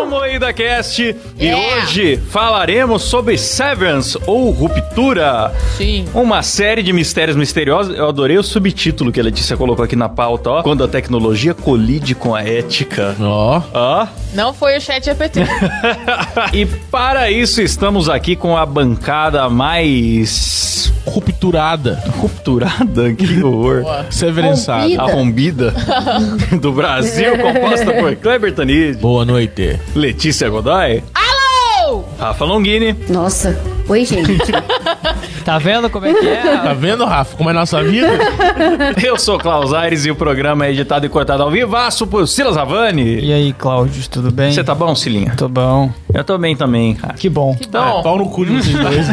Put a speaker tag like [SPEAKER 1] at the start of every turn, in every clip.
[SPEAKER 1] um Moída Cast e
[SPEAKER 2] Yeah.
[SPEAKER 1] hoje falaremos sobre Severance ou Ruptura.
[SPEAKER 2] Sim.
[SPEAKER 1] Uma série de mistérios misteriosos. Eu adorei o subtítulo que a Letícia colocou aqui na pauta, ó. Quando a tecnologia colide com a ética.
[SPEAKER 3] Ó.
[SPEAKER 1] Ó.
[SPEAKER 2] Não foi o chat GPT.
[SPEAKER 1] e para isso estamos aqui com a bancada mais
[SPEAKER 3] Rupturada. é
[SPEAKER 1] rupturada, que horror.
[SPEAKER 3] Severançada.
[SPEAKER 1] Arrombida do Brasil, composta por Kleber Tanid,
[SPEAKER 3] Boa noite.
[SPEAKER 1] Letícia Godoy,
[SPEAKER 2] Alô!
[SPEAKER 1] Rafa Longini.
[SPEAKER 4] Nossa. Oi, gente.
[SPEAKER 5] Tá vendo como é que é?
[SPEAKER 3] Tá vendo, Rafa, como é nossa vida?
[SPEAKER 1] Eu sou Klaus Aires e o programa é editado e cortado ao vivaço por Silas Havani.
[SPEAKER 5] E aí, Cláudio, tudo bem?
[SPEAKER 1] Você tá bom, Silinha?
[SPEAKER 5] Tô bom.
[SPEAKER 1] Eu tô bem também, cara.
[SPEAKER 5] Que bom.
[SPEAKER 3] É, pau no cu de vocês dois.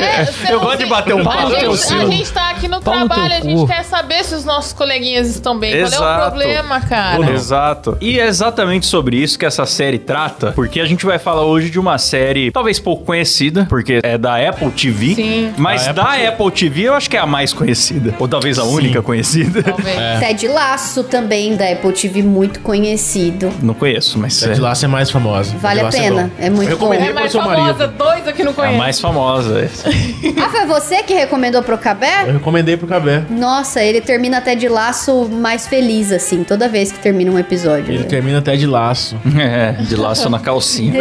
[SPEAKER 2] É, você
[SPEAKER 1] Eu
[SPEAKER 2] não
[SPEAKER 1] gosto de
[SPEAKER 2] sei.
[SPEAKER 1] bater um
[SPEAKER 2] a
[SPEAKER 1] papo,
[SPEAKER 2] gente,
[SPEAKER 1] eu
[SPEAKER 2] a
[SPEAKER 1] sigo.
[SPEAKER 2] gente tá aqui no
[SPEAKER 5] Pau no
[SPEAKER 2] trabalho,
[SPEAKER 5] teu
[SPEAKER 2] a gente
[SPEAKER 5] cu.
[SPEAKER 2] quer saber se os nossos coleguinhas estão bem. Qual é o
[SPEAKER 1] Exato.
[SPEAKER 2] problema,
[SPEAKER 3] Uhum.
[SPEAKER 2] cara?
[SPEAKER 1] Exato. E é exatamente sobre isso que essa série trata, porque a gente vai falar hoje de uma série talvez pouco conhecida, porque é da Apple TV.
[SPEAKER 2] Sim.
[SPEAKER 1] Mas
[SPEAKER 3] Da
[SPEAKER 1] da Apple, TV eu acho que é a mais conhecida. Ou talvez a única conhecida.
[SPEAKER 2] Talvez.
[SPEAKER 4] Ted Laço também, da Apple TV, muito conhecido.
[SPEAKER 1] Não conheço, mas é,
[SPEAKER 3] De lá você é mais famosa.
[SPEAKER 4] Vale
[SPEAKER 3] De
[SPEAKER 4] a
[SPEAKER 3] lá você é
[SPEAKER 4] pena.
[SPEAKER 3] bom.
[SPEAKER 4] É muito
[SPEAKER 3] Eu
[SPEAKER 4] bom.
[SPEAKER 3] recomendei
[SPEAKER 2] É mais
[SPEAKER 3] Seu marido.
[SPEAKER 2] famosa, dois aqui não
[SPEAKER 1] é a
[SPEAKER 2] conhecem.
[SPEAKER 1] mais famosa. é.
[SPEAKER 4] Ah, foi você que recomendou pro Cabé?
[SPEAKER 3] Eu recomendei pro Cabé.
[SPEAKER 4] Nossa, ele termina até de laço mais feliz, assim, toda vez que termina um episódio.
[SPEAKER 3] Ele termina até de laço.
[SPEAKER 1] É, de laço na calcinha.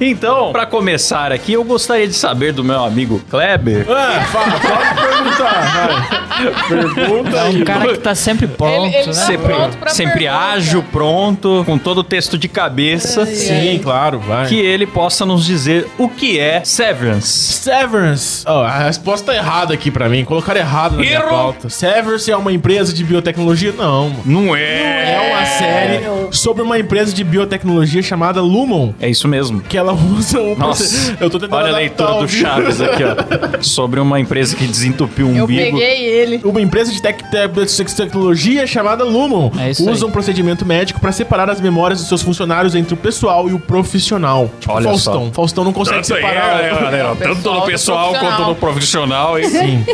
[SPEAKER 1] então, pra começar aqui, eu gostaria de saber do meu amigo Kleber.
[SPEAKER 3] Ah, fala, pode perguntar. Pergunta
[SPEAKER 5] É um cara que tá sempre pronto,
[SPEAKER 2] Ele- ele tá
[SPEAKER 5] né?
[SPEAKER 1] sempre
[SPEAKER 2] pronto pra
[SPEAKER 1] sempre
[SPEAKER 2] pergunta.
[SPEAKER 1] ágil, pronto, com todo o texto de cabeça.
[SPEAKER 3] Sim, claro, vai.
[SPEAKER 1] é. que ele possa nos dizer o que é Severance.
[SPEAKER 3] Severance. Ó, a resposta tá errada aqui pra mim. Colocaram errado na minha
[SPEAKER 1] Errou.
[SPEAKER 3] pauta. Severance é uma empresa de biotecnologia? Não, mano.
[SPEAKER 1] Não é.
[SPEAKER 3] É uma série sobre uma empresa de biotecnologia chamada Lumon.
[SPEAKER 1] É isso mesmo.
[SPEAKER 3] Que ela usa um.
[SPEAKER 1] Nossa,
[SPEAKER 3] Eu tô tentando
[SPEAKER 1] olha a
[SPEAKER 3] adaptar
[SPEAKER 1] leitura
[SPEAKER 3] o
[SPEAKER 1] do
[SPEAKER 3] vídeo.
[SPEAKER 1] Chaves aqui, ó. Sobre uma empresa que desentupiu um
[SPEAKER 2] Eu
[SPEAKER 1] umbigo.
[SPEAKER 2] peguei ele.
[SPEAKER 3] Uma empresa de tec- te- tecnologia chamada Lumon
[SPEAKER 5] É isso
[SPEAKER 3] usa
[SPEAKER 5] aí.
[SPEAKER 3] um procedimento médico pra separar as memórias dos seus funcionários entre o pessoal e o profissional. Tipo
[SPEAKER 1] Olha é,
[SPEAKER 3] Faustão. Faustão não consegue separar.
[SPEAKER 1] né? tanto
[SPEAKER 2] do pessoal quanto do
[SPEAKER 1] profissional.
[SPEAKER 3] Sim.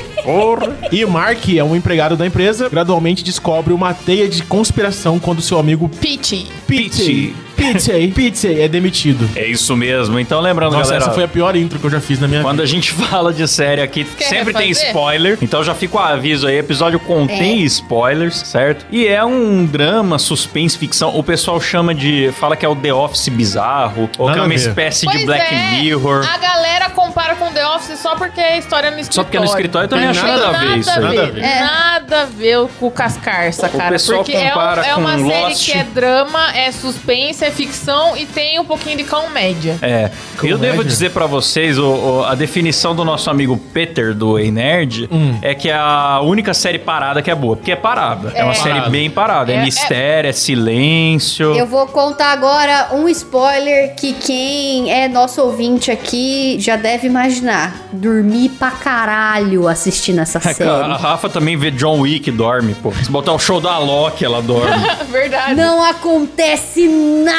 [SPEAKER 3] E Mark é um empregado da empresa, gradualmente descobre uma teia de conspiração quando seu amigo
[SPEAKER 2] Pete.
[SPEAKER 3] Pete Pete Pete é demitido.
[SPEAKER 1] É isso mesmo. Então, lembrando,
[SPEAKER 3] Nossa,
[SPEAKER 1] galera.
[SPEAKER 3] essa foi a pior intro que eu já fiz na minha
[SPEAKER 1] Quando a gente fala de série aqui,
[SPEAKER 2] Quer
[SPEAKER 1] sempre tem
[SPEAKER 2] refazer?
[SPEAKER 1] spoiler. Então já fica o aviso aí, episódio contém spoilers, certo? E é um drama, suspense, ficção. O pessoal chama de... Fala que é o The Office bizarro. Ou que
[SPEAKER 3] Nada
[SPEAKER 1] é
[SPEAKER 3] a
[SPEAKER 1] uma
[SPEAKER 3] ver.
[SPEAKER 1] espécie
[SPEAKER 2] Pois
[SPEAKER 1] de Black
[SPEAKER 2] é,
[SPEAKER 1] Mirror.
[SPEAKER 2] A galera compara com The Office só porque a história é no escritório.
[SPEAKER 1] Só porque é no escritório, eu também
[SPEAKER 3] Tem
[SPEAKER 1] acho
[SPEAKER 3] nada
[SPEAKER 1] nada a ver isso aí.
[SPEAKER 3] Nada a
[SPEAKER 2] ver.
[SPEAKER 3] ver.
[SPEAKER 4] É.
[SPEAKER 2] Nada a ver com o Cascarça, cara.
[SPEAKER 1] pessoal
[SPEAKER 2] porque é um-
[SPEAKER 1] compara
[SPEAKER 2] é, uma
[SPEAKER 1] com
[SPEAKER 2] série
[SPEAKER 1] Lost.
[SPEAKER 2] que é drama, é suspense, é ficção e tem um pouquinho de comédia.
[SPEAKER 1] É, eu
[SPEAKER 3] Comédia.
[SPEAKER 1] devo dizer pra vocês, o- o- a definição do nosso amigo Peter do Ei Nerd
[SPEAKER 3] Hum.
[SPEAKER 1] é que é a única série parada que é boa, porque é parada. É, uma
[SPEAKER 2] É.
[SPEAKER 1] série
[SPEAKER 3] Parada.
[SPEAKER 1] bem parada. É,
[SPEAKER 2] É-
[SPEAKER 1] mistério, é, silêncio.
[SPEAKER 4] Eu vou contar agora um spoiler que quem é nosso ouvinte aqui já deve imaginar. Dormi pra caralho assistindo essa
[SPEAKER 1] A
[SPEAKER 4] série.
[SPEAKER 1] Rafa também vê John Wick e dorme, pô. Se botar o show da Loki, ela dorme.
[SPEAKER 2] Verdade.
[SPEAKER 4] Não acontece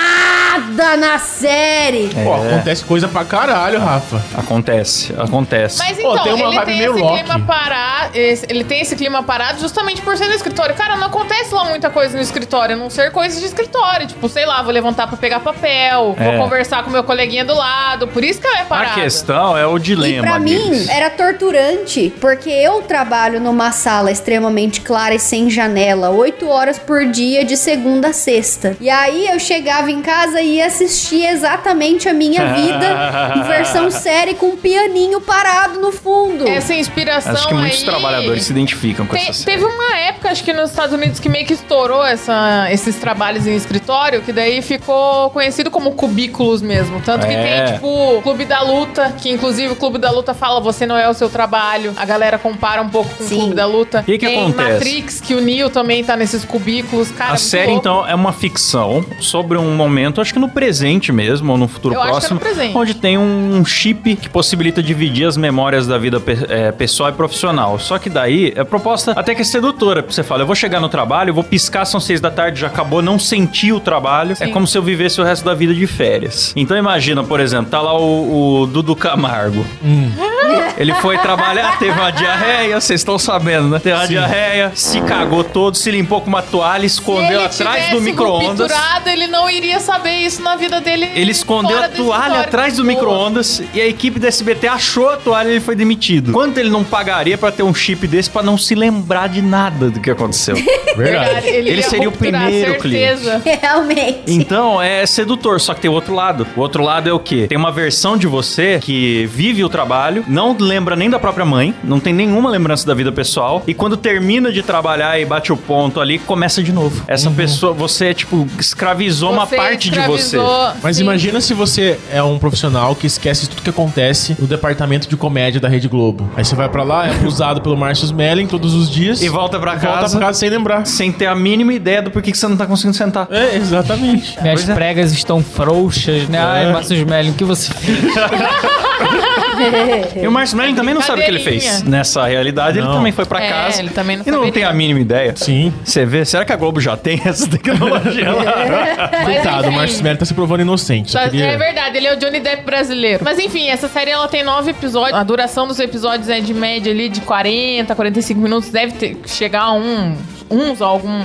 [SPEAKER 4] nada na série.
[SPEAKER 3] Pô, acontece coisa pra caralho, Rafa.
[SPEAKER 1] acontece, acontece.
[SPEAKER 2] Mas
[SPEAKER 3] Pô,
[SPEAKER 2] então,
[SPEAKER 3] tem uma
[SPEAKER 2] ele
[SPEAKER 3] vibe
[SPEAKER 2] tem
[SPEAKER 3] meio
[SPEAKER 2] esse
[SPEAKER 3] Loki.
[SPEAKER 2] clima parado. esse- ele tem esse clima parado justamente por ser no escritório. Cara, não acontece lá muita coisa no escritório, a não ser coisas de escritório. Tipo, sei lá, vou levantar pra pegar papel,
[SPEAKER 1] É.
[SPEAKER 2] vou conversar com meu coleguinha do lado. Por isso que ela é
[SPEAKER 1] a
[SPEAKER 2] parada.
[SPEAKER 1] questão é o
[SPEAKER 4] E
[SPEAKER 1] dilema
[SPEAKER 4] pra mim é
[SPEAKER 1] deles.
[SPEAKER 4] era torturante, porque eu trabalho numa sala extremamente clara e sem janela, 8 horas por dia, de segunda a sexta. E aí eu chegava em casa e ia assistir exatamente a minha vida, em versão série, com um pianinho parado no fundo.
[SPEAKER 2] Essa inspiração
[SPEAKER 1] Acho que muitos
[SPEAKER 2] aí...
[SPEAKER 1] trabalhadores se identificam com
[SPEAKER 2] Te-
[SPEAKER 1] essa série.
[SPEAKER 2] teve uma época, acho que nos Estados Unidos, que meio que estourou essa- esses trabalhos em escritório, que daí ficou conhecido como cubículos mesmo. Tanto que
[SPEAKER 1] É.
[SPEAKER 2] tem, tipo, Clube da Luta, que inclusive o Clube da Luta fala você não é o seu trabalho. A galera compara um pouco com
[SPEAKER 4] Sim.
[SPEAKER 2] o Clube da Luta.
[SPEAKER 1] E que
[SPEAKER 2] tem
[SPEAKER 1] acontece?
[SPEAKER 2] Matrix, que o Neo também tá nesses cubículos.
[SPEAKER 1] a
[SPEAKER 2] Cara, muito
[SPEAKER 1] série,
[SPEAKER 2] louco.
[SPEAKER 1] então, é uma ficção sobre um momento, acho que no presente mesmo, ou no futuro
[SPEAKER 2] Eu acho que é
[SPEAKER 1] próximo.
[SPEAKER 2] no presente.
[SPEAKER 1] Onde tem um chip que possibilita dividir as memórias da vida pe- é, pessoal e profissional. Só que daí, é proposta até que é sedutora. porque Você fala, eu vou chegar no trabalho, eu vou piscar, são seis da tarde, já acabou, não senti o trabalho. É como se eu vivesse o resto da vida de férias. Então imagina, por exemplo, tá lá o, o Dudu Camargo. Ele foi trabalhar, teve uma diarreia, vocês estão sabendo, né? Teve uma diarreia, se cagou todo, se limpou com uma toalha, escondeu atrás do micro-ondas.
[SPEAKER 2] rupturado, um ele não iria saber isso na vida dele.
[SPEAKER 1] Ele escondeu
[SPEAKER 2] fora
[SPEAKER 1] a
[SPEAKER 2] do
[SPEAKER 1] toalha
[SPEAKER 2] escritório.
[SPEAKER 1] atrás do
[SPEAKER 2] Boa.
[SPEAKER 1] micro-ondas e a equipe da SBT achou a toalha e ele foi demitido. Quanto ele não pagaria pra ter um chip desse pra não se lembrar de nada do que aconteceu?
[SPEAKER 2] Verdade, Ele,
[SPEAKER 1] Ele
[SPEAKER 2] ia
[SPEAKER 1] seria o
[SPEAKER 2] rupturar,
[SPEAKER 1] primeiro
[SPEAKER 2] certeza.
[SPEAKER 4] Realmente.
[SPEAKER 1] Então é sedutor, só que tem o outro lado. O outro lado é o quê? Tem uma versão de você que vive o trabalho, não lembra nem da própria mãe, não tem nenhuma lembrança da vida pessoal, e quando termina de trabalhar e bate o ponto ali, começa de novo. Essa pessoa, você, tipo, escravizou uma
[SPEAKER 2] Uhum. Você
[SPEAKER 1] parte de você.
[SPEAKER 2] escravizou-
[SPEAKER 3] Mas
[SPEAKER 2] Sim.
[SPEAKER 3] imagina se você é um profissional que esquece tudo que acontece no departamento de comédia da Rede Globo. Aí você vai pra lá, é abusado pelo Márcio Smelling todos os dias.
[SPEAKER 1] E volta pra
[SPEAKER 3] Volta
[SPEAKER 1] casa.
[SPEAKER 3] pra casa sem lembrar.
[SPEAKER 1] Sem ter a mínima ideia do porquê que você não tá conseguindo sentar.
[SPEAKER 3] É, exatamente.
[SPEAKER 5] Minhas
[SPEAKER 1] Pois é.
[SPEAKER 5] pregas estão frouxas, né? Ai, Márcio Smelling, o que você fez?
[SPEAKER 1] E o Márcio Melling também não sabe o que ele fez.
[SPEAKER 2] Brincadeirinha.
[SPEAKER 1] Nessa realidade, ele
[SPEAKER 3] Não.
[SPEAKER 1] também foi pra
[SPEAKER 2] É,
[SPEAKER 1] casa.
[SPEAKER 2] ele também não
[SPEAKER 1] E não
[SPEAKER 2] saberia.
[SPEAKER 1] tem a mínima ideia.
[SPEAKER 3] Sim.
[SPEAKER 1] Você vê, será que a Globo já tem essa tecnologia
[SPEAKER 3] É.
[SPEAKER 1] lá?
[SPEAKER 2] Mas
[SPEAKER 3] Coitado, o
[SPEAKER 2] enfim.
[SPEAKER 3] Márcio Smelling tá se provando inocente. Só
[SPEAKER 2] Tá-
[SPEAKER 3] queria-
[SPEAKER 2] É verdade, ele é o Johnny Depp brasileiro. Mas enfim, essa série ela tem nove episódios. A duração dos episódios é de média ali de 40, 45 minutos. Deve ter, chegar a um, uns a algum.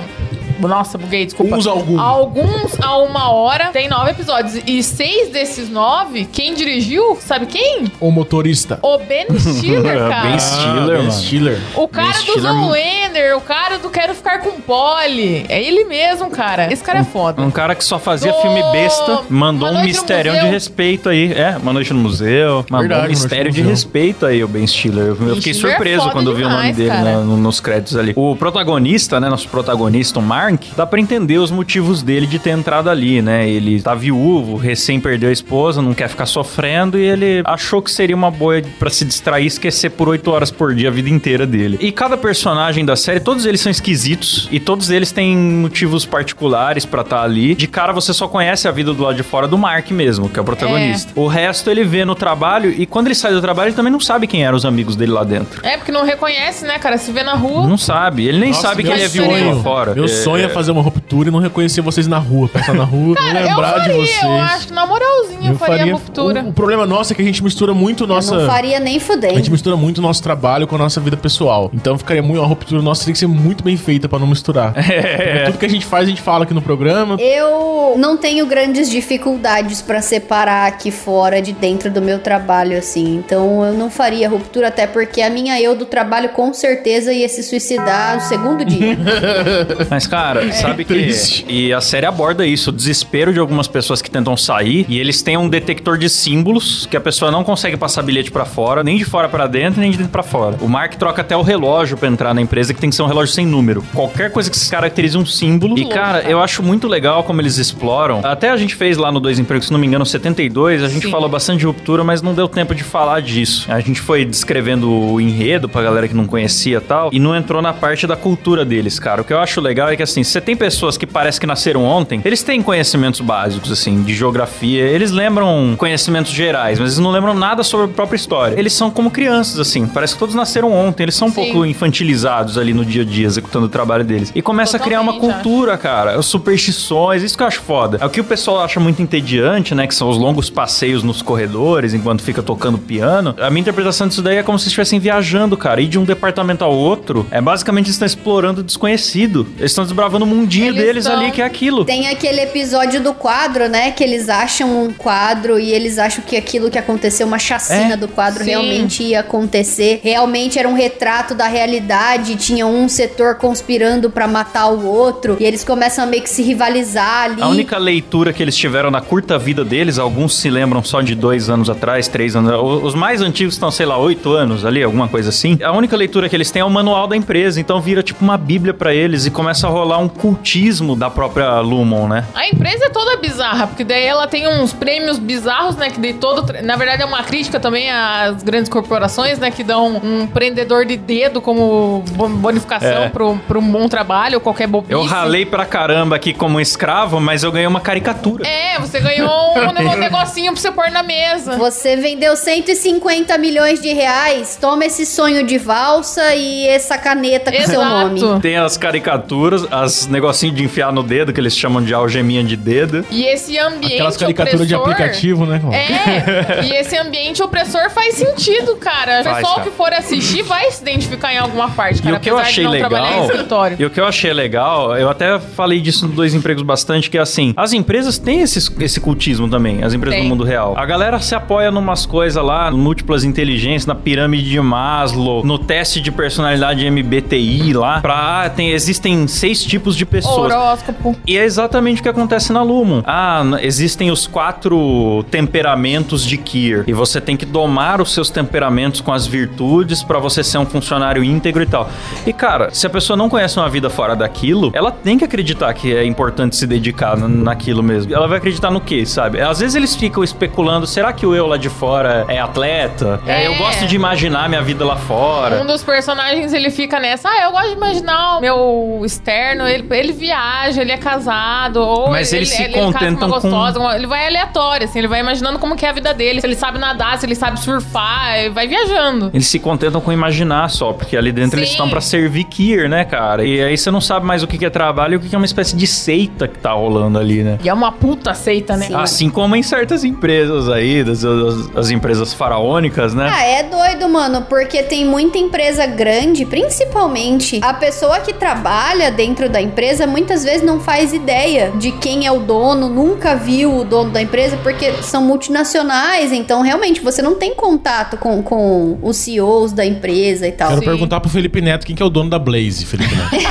[SPEAKER 2] Nossa, buguei, desculpa.
[SPEAKER 3] Uns a algum.
[SPEAKER 2] Alguns a uma hora. Tem nove episódios. E seis desses nove, quem dirigiu, sabe quem?
[SPEAKER 3] O motorista.
[SPEAKER 2] O Ben Stiller, cara.
[SPEAKER 1] Ben Stiller,
[SPEAKER 3] Ben
[SPEAKER 1] mano.
[SPEAKER 3] Ah, Stiller.
[SPEAKER 2] O cara
[SPEAKER 1] Ben
[SPEAKER 2] do
[SPEAKER 1] Stiller, mano.
[SPEAKER 2] Zoolander, o cara do Quero Ficar com Polly. É ele mesmo, cara. Esse cara é foda.
[SPEAKER 1] Um cara que só fazia
[SPEAKER 2] Do-
[SPEAKER 1] filme besta, mandou um
[SPEAKER 2] Uma Noite no
[SPEAKER 1] mistério de
[SPEAKER 2] Museu.
[SPEAKER 1] respeito aí. É, Uma Noite no Museu, mandou
[SPEAKER 3] Verdade, Uma
[SPEAKER 1] um
[SPEAKER 3] Noite
[SPEAKER 1] mistério
[SPEAKER 3] no
[SPEAKER 1] de
[SPEAKER 3] Museu.
[SPEAKER 1] respeito aí, o Ben Stiller. Eu eu
[SPEAKER 2] Ben
[SPEAKER 1] fiquei
[SPEAKER 2] Stiller é
[SPEAKER 1] surpreso
[SPEAKER 2] foda
[SPEAKER 1] quando eu vi o nome
[SPEAKER 2] demais,
[SPEAKER 1] dele né?
[SPEAKER 2] cara.
[SPEAKER 1] na- no- nos créditos ali. O protagonista, né, nosso protagonista, o Mark, dá pra entender os motivos dele de ter entrado ali, né? Ele tá viúvo, recém perdeu a esposa, não quer ficar sofrendo e ele achou que seria uma boa pra se distrair e esquecer por oito horas por dia a vida inteira dele. E cada personagem da série, todos eles são esquisitos e todos eles têm motivos particulares pra estar ali. De cara, você só conhece a vida do lado de fora do Mark mesmo, que é o protagonista. O resto ele vê no trabalho e quando ele sai do trabalho, ele também não sabe quem eram os amigos dele lá dentro.
[SPEAKER 2] É, porque não reconhece, né, cara? Se vê na rua.
[SPEAKER 1] Não sabe. Ele nem
[SPEAKER 3] Nossa,
[SPEAKER 1] sabe que
[SPEAKER 3] meu
[SPEAKER 1] ele é
[SPEAKER 2] sonho.
[SPEAKER 1] viúvo lá fora.
[SPEAKER 3] Meu
[SPEAKER 1] É,
[SPEAKER 3] sonho é fazer uma ruptura e não reconhecer vocês na rua. Passar na rua, não
[SPEAKER 2] eu
[SPEAKER 3] lembrar
[SPEAKER 2] faria,
[SPEAKER 3] de vocês.
[SPEAKER 2] eu acho. Na moralzinha, eu, faria, a ruptura.
[SPEAKER 3] O, o problema nosso é que a gente mistura muito nossa.
[SPEAKER 4] Eu não faria nem
[SPEAKER 3] A gente
[SPEAKER 4] fudendo.
[SPEAKER 3] mistura muito o nosso trabalho com a nossa vida pessoal. Então ficaria muito. A ruptura nossa teria que ser muito bem feita pra não misturar. Porque Tudo que a gente faz, a gente fala aqui no programa.
[SPEAKER 4] Eu não tenho grandes dificuldades pra separar aqui fora de dentro do meu trabalho, assim. Então eu não faria ruptura, até porque a minha eu do trabalho com certeza ia se suicidar no segundo dia.
[SPEAKER 1] é, Mas, cara, sabe que.
[SPEAKER 3] É triste.
[SPEAKER 1] E a série aborda isso, o desespero de algumas pessoas que tentam sair. E eles têm um detector de símbolos que a pessoa não consegue passar bilhete pra fora, nem de fora pra dentro, nem de dentro pra fora. O Mark troca até o relógio pra entrar na empresa, que tem que ser um relógio sem número. Qualquer coisa que se caracterize um símbolo. E, cara, eu acho muito legal como eles exploram. Até a gente fez lá no Dois Empregos, se não me engano, 72, a gente
[SPEAKER 2] Sim.
[SPEAKER 1] falou bastante de ruptura, mas não deu tempo de falar disso. A gente foi descrevendo o enredo pra galera que não conhecia e tal, e não entrou na parte da cultura deles, cara. O que eu acho legal é que, assim, você tem pessoas que parece que nasceram ontem, eles têm conhecimentos básicos, assim, de geografia, eles lembram conhecimentos gerais, mas eles não lembram nada sobre a própria história. Eles são como crianças, assim, parece que todos nasceram ontem, eles são um
[SPEAKER 2] Sim.
[SPEAKER 1] pouco infantilizados ali no dia a dia, executando o trabalho deles. E começa a criar uma
[SPEAKER 2] Totalmente, é.
[SPEAKER 1] cultura cultura,
[SPEAKER 2] acho.
[SPEAKER 1] cara, as superstições, isso que eu acho foda. É o que o pessoal acha muito entediante, né? Que são os longos passeios nos corredores enquanto fica tocando piano. A minha interpretação disso daí é como se estivessem viajando, cara, e de um departamento ao outro. É basicamente eles estão explorando o desconhecido. Eles estão desbravando o mundinho
[SPEAKER 2] Eles
[SPEAKER 1] deles
[SPEAKER 2] tão-
[SPEAKER 1] ali, que é aquilo.
[SPEAKER 4] Tem aquele episódio do quadro, né? Que eles acham um quadro e eles acham que aquilo que aconteceu, uma chacina
[SPEAKER 1] É.
[SPEAKER 4] do quadro,
[SPEAKER 2] Sim.
[SPEAKER 4] realmente ia acontecer. Realmente era um retrato da realidade. Tinha um setor conspirando pra matar o outro. E eles começam a meio que se rivalizar ali.
[SPEAKER 1] A única leitura que eles tiveram na curta vida deles, alguns se lembram só de dois anos atrás, três anos. o- Os mais antigos estão, sei lá, oito anos ali, alguma coisa assim. A única leitura que eles têm é o manual da empresa, então vira tipo uma bíblia pra eles e começa a rolar um cultismo da própria Lumon, né?
[SPEAKER 2] A empresa é toda bizarra, porque daí ela tem uns prêmios bizarros, né? Que de todo. Na verdade, é uma crítica também às grandes corporações, né? Que dão um prendedor de dedo como bon- bonificação
[SPEAKER 1] É.
[SPEAKER 2] pro, pro um bom trabalho, ou qualquer bobice.
[SPEAKER 1] Eu ralei pra caramba aqui como escravo, mas eu ganhei uma caricatura.
[SPEAKER 2] É, você ganhou um, nego- um negocinho pra você pôr na mesa.
[SPEAKER 4] Você vendeu 150 milhões de reais. Toma esse sonho de valsa e essa caneta com seu nome.
[SPEAKER 2] Exato.
[SPEAKER 1] Tem as caricaturas, as negocinhos de enfiar no dedo, que eles chamam de algeminha de dedo.
[SPEAKER 2] E esse ambiente
[SPEAKER 3] Aquelas caricaturas de
[SPEAKER 2] opressor
[SPEAKER 3] aplicativo, né? Cláudio?
[SPEAKER 2] É, e esse ambiente opressor faz sentido, cara. O
[SPEAKER 1] Faz,
[SPEAKER 2] pessoal
[SPEAKER 1] cara.
[SPEAKER 2] que for assistir vai se identificar em alguma parte,
[SPEAKER 1] E
[SPEAKER 2] cara.
[SPEAKER 1] o que eu
[SPEAKER 2] apesar de
[SPEAKER 1] achei
[SPEAKER 2] não trabalhar em
[SPEAKER 1] legal.
[SPEAKER 2] escritório.
[SPEAKER 1] E o que eu achei legal, eu até falei disso nos dois empregos bastante, que é assim, as empresas têm esses, esse cultismo também, as empresas
[SPEAKER 2] Tem.
[SPEAKER 1] do mundo real. A galera se apoia numas coisas lá, múltiplas inteligências, na pirâmide de Maslow, no teste de personalidade MBTI lá, pra ah, tem, existem seis tipos de pessoas.
[SPEAKER 2] Horóscopo.
[SPEAKER 1] E é exatamente o que acontece na Lumon. Ah, n- existem os quatro temperamentos de Kier. E você tem que domar os seus temperamentos com as virtudes pra você ser um funcionário íntegro e tal. E, cara, se a pessoa não conhece uma vida fora daquilo, ela tem que acreditar que é importante se dedicar na- naquilo mesmo. Ela vai acreditar no quê, sabe? Às vezes eles ficam especulando, será que o eu lá de fora é atleta? É,
[SPEAKER 2] É.
[SPEAKER 1] eu gosto de imaginar minha vida lá
[SPEAKER 2] Um
[SPEAKER 1] fora.
[SPEAKER 2] dos personagens, ele fica nessa. Ah, eu gosto de imaginar o meu externo. Ele, ele viaja, ele é casado. Ou
[SPEAKER 1] Mas
[SPEAKER 2] ele,
[SPEAKER 1] eles se
[SPEAKER 2] casa
[SPEAKER 1] contentam
[SPEAKER 2] uma
[SPEAKER 1] com-
[SPEAKER 2] gostosa. uma- Ele vai aleatório, assim. Ele vai imaginando como que é a vida dele. Se ele sabe nadar, se ele sabe surfar. Ele vai viajando.
[SPEAKER 1] Eles se contentam com imaginar só, porque ali dentro eles
[SPEAKER 2] Sim.
[SPEAKER 1] estão pra servir Kier, né, cara? E aí você não sabe mais o que que é trabalho e o que que é uma espécie de seita que tá rolando ali, né?
[SPEAKER 2] E é uma puta seita, né?
[SPEAKER 4] Sim.
[SPEAKER 1] Assim como em certas empresas aí, das, das- as empresas faraônicas, né?
[SPEAKER 4] Ah, é doido, mano, porque tem muita empresa grande, principalmente a pessoa que trabalha dentro da empresa muitas vezes não faz ideia de quem é o dono, nunca viu o dono da empresa, porque são multinacionais, então realmente você não tem contato com, com os CEOs da empresa e tal.
[SPEAKER 3] Quero
[SPEAKER 2] Sim.
[SPEAKER 3] perguntar pro Felipe Neto quem que é o dono da Blaze, Felipe Neto.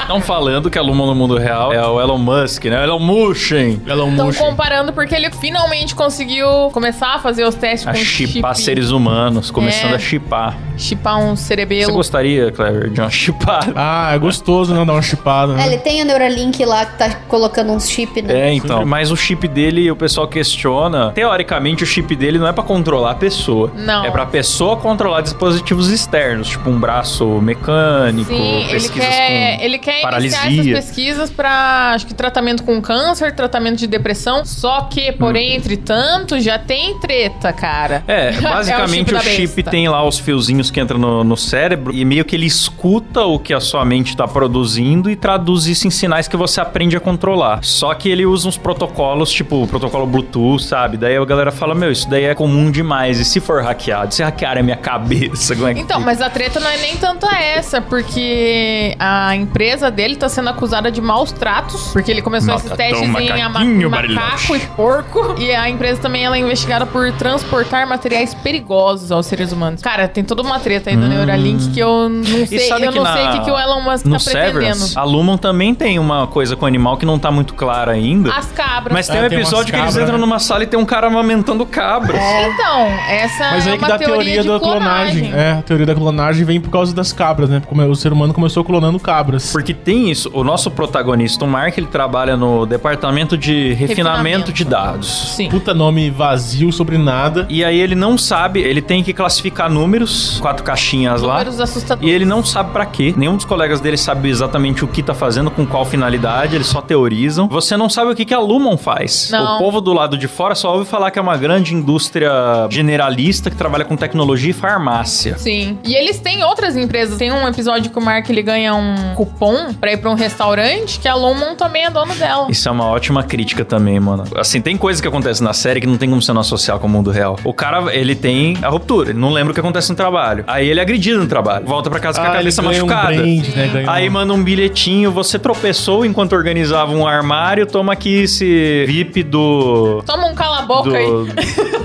[SPEAKER 1] Estão falando que a Luma no mundo real é o Elon Musk, né? Elon Musk.
[SPEAKER 3] Elon
[SPEAKER 2] Estão
[SPEAKER 3] Musk.
[SPEAKER 2] comparando porque ele finalmente conseguiu começar a fazer os testes
[SPEAKER 1] A
[SPEAKER 2] com
[SPEAKER 1] chipar
[SPEAKER 2] chip.
[SPEAKER 1] seres humanos, começando
[SPEAKER 2] É.
[SPEAKER 1] a chipar.
[SPEAKER 2] Chipar um
[SPEAKER 1] Você
[SPEAKER 2] cerebelo.
[SPEAKER 1] gostaria, Clever, de uma chipada?
[SPEAKER 3] Ah, é gostoso, né? Dar uma chipada.
[SPEAKER 4] É,
[SPEAKER 3] Né?
[SPEAKER 4] ele tem a Neuralink lá que tá colocando uns chip, né?
[SPEAKER 1] É, então. Mas o chip dele, o pessoal questiona. Teoricamente, o chip dele não é pra controlar a pessoa.
[SPEAKER 2] Não.
[SPEAKER 1] É pra pessoa controlar dispositivos externos, tipo um braço mecânico,
[SPEAKER 2] Sim, ele
[SPEAKER 1] pesquisas
[SPEAKER 2] quer,
[SPEAKER 1] com...
[SPEAKER 2] ele quer
[SPEAKER 1] paralisia.
[SPEAKER 2] iniciar essas pesquisas pra, acho que tratamento com câncer, tratamento de depressão. Só que,
[SPEAKER 1] Hum.
[SPEAKER 2] porém, entretanto, já tem treta, cara.
[SPEAKER 1] É,
[SPEAKER 2] o
[SPEAKER 1] basicamente
[SPEAKER 2] chip
[SPEAKER 1] o
[SPEAKER 2] da
[SPEAKER 1] chip
[SPEAKER 2] besta.
[SPEAKER 1] tem lá os fiozinhos que entram no, no cérebro e meio que ele escuta o que a sua mente tá produzindo e traduz isso em sinais que você aprende a controlar. Só que ele usa uns protocolos, tipo o protocolo Bluetooth, sabe? Daí a galera fala, meu, isso daí é comum demais. E se for hackeado? Se hackear a minha cabeça, como é que...
[SPEAKER 2] Então, mas a treta não é nem tanto essa, porque a empresa dele tá sendo acusada de maus tratos, porque ele começou esses
[SPEAKER 1] Maltratão,
[SPEAKER 2] testes em ama-
[SPEAKER 1] macaquinho,
[SPEAKER 2] macaco
[SPEAKER 1] Bariloche.
[SPEAKER 2] e porco. E a empresa também ela é investigada por transportar materiais perigosos aos seres humanos. Cara, tem toda uma treta aí da Neuralink que eu não sei,
[SPEAKER 1] Hum. sabe
[SPEAKER 2] eu
[SPEAKER 1] que
[SPEAKER 2] não
[SPEAKER 1] na-
[SPEAKER 2] sei o que, que o Elon Musk
[SPEAKER 1] No Ah,
[SPEAKER 2] tá pretendendo.
[SPEAKER 1] Severance, a Lumon também tem uma coisa com animal que não tá muito clara ainda.
[SPEAKER 2] As cabras.
[SPEAKER 1] Mas tem
[SPEAKER 3] Ah,
[SPEAKER 1] um
[SPEAKER 3] tem umas
[SPEAKER 1] episódio que eles
[SPEAKER 3] cabras,
[SPEAKER 1] entram
[SPEAKER 3] né?
[SPEAKER 1] numa sala e tem um cara amamentando cabras.
[SPEAKER 2] Então,
[SPEAKER 4] tá
[SPEAKER 2] essa
[SPEAKER 3] Mas
[SPEAKER 2] é
[SPEAKER 3] aí que
[SPEAKER 2] uma
[SPEAKER 3] dá a
[SPEAKER 2] teoria,
[SPEAKER 3] teoria
[SPEAKER 2] de
[SPEAKER 3] da
[SPEAKER 2] clonagem.
[SPEAKER 3] clonagem. É, a teoria da clonagem vem por causa das cabras, né? Como o ser humano começou clonando cabras.
[SPEAKER 1] Porque tem isso. O nosso protagonista, o Mark, ele trabalha no departamento de refinamento,
[SPEAKER 2] Refinamento.
[SPEAKER 1] de dados.
[SPEAKER 2] Sim.
[SPEAKER 3] Puta nome vazio sobre nada.
[SPEAKER 1] E aí ele não sabe, ele tem que classificar números, quatro caixinhas lá.
[SPEAKER 2] Números assustadores.
[SPEAKER 1] E ele não sabe pra quê. Nenhum dos colegas dele sabe exatamente o que tá fazendo, com qual finalidade, eles só teorizam. Você não sabe o que, que a Lumon faz.
[SPEAKER 2] Não.
[SPEAKER 1] O povo do lado de fora só ouve falar que é uma grande indústria generalista que trabalha com tecnologia e farmácia.
[SPEAKER 2] Sim. E eles têm outras empresas. Tem um episódio que o Mark ele ganha um cupom pra ir pra um restaurante que a Lomon também é dono dela.
[SPEAKER 1] Isso é uma ótima crítica também, mano. Assim, tem coisa que acontece na série que não tem como você não associar com o mundo real. O cara, ele tem a ruptura, ele não lembra o que acontece no trabalho. Aí ele é agredido no trabalho, volta pra casa com a cabeça
[SPEAKER 3] Ah, ganha
[SPEAKER 1] machucada.
[SPEAKER 3] brand, né? Ganha
[SPEAKER 1] Aí
[SPEAKER 3] um-
[SPEAKER 1] manda um bilhetinho, você tropeçou enquanto organizava um armário, toma aqui esse VIP do...
[SPEAKER 2] Toma um cala-boca aí.
[SPEAKER 1] do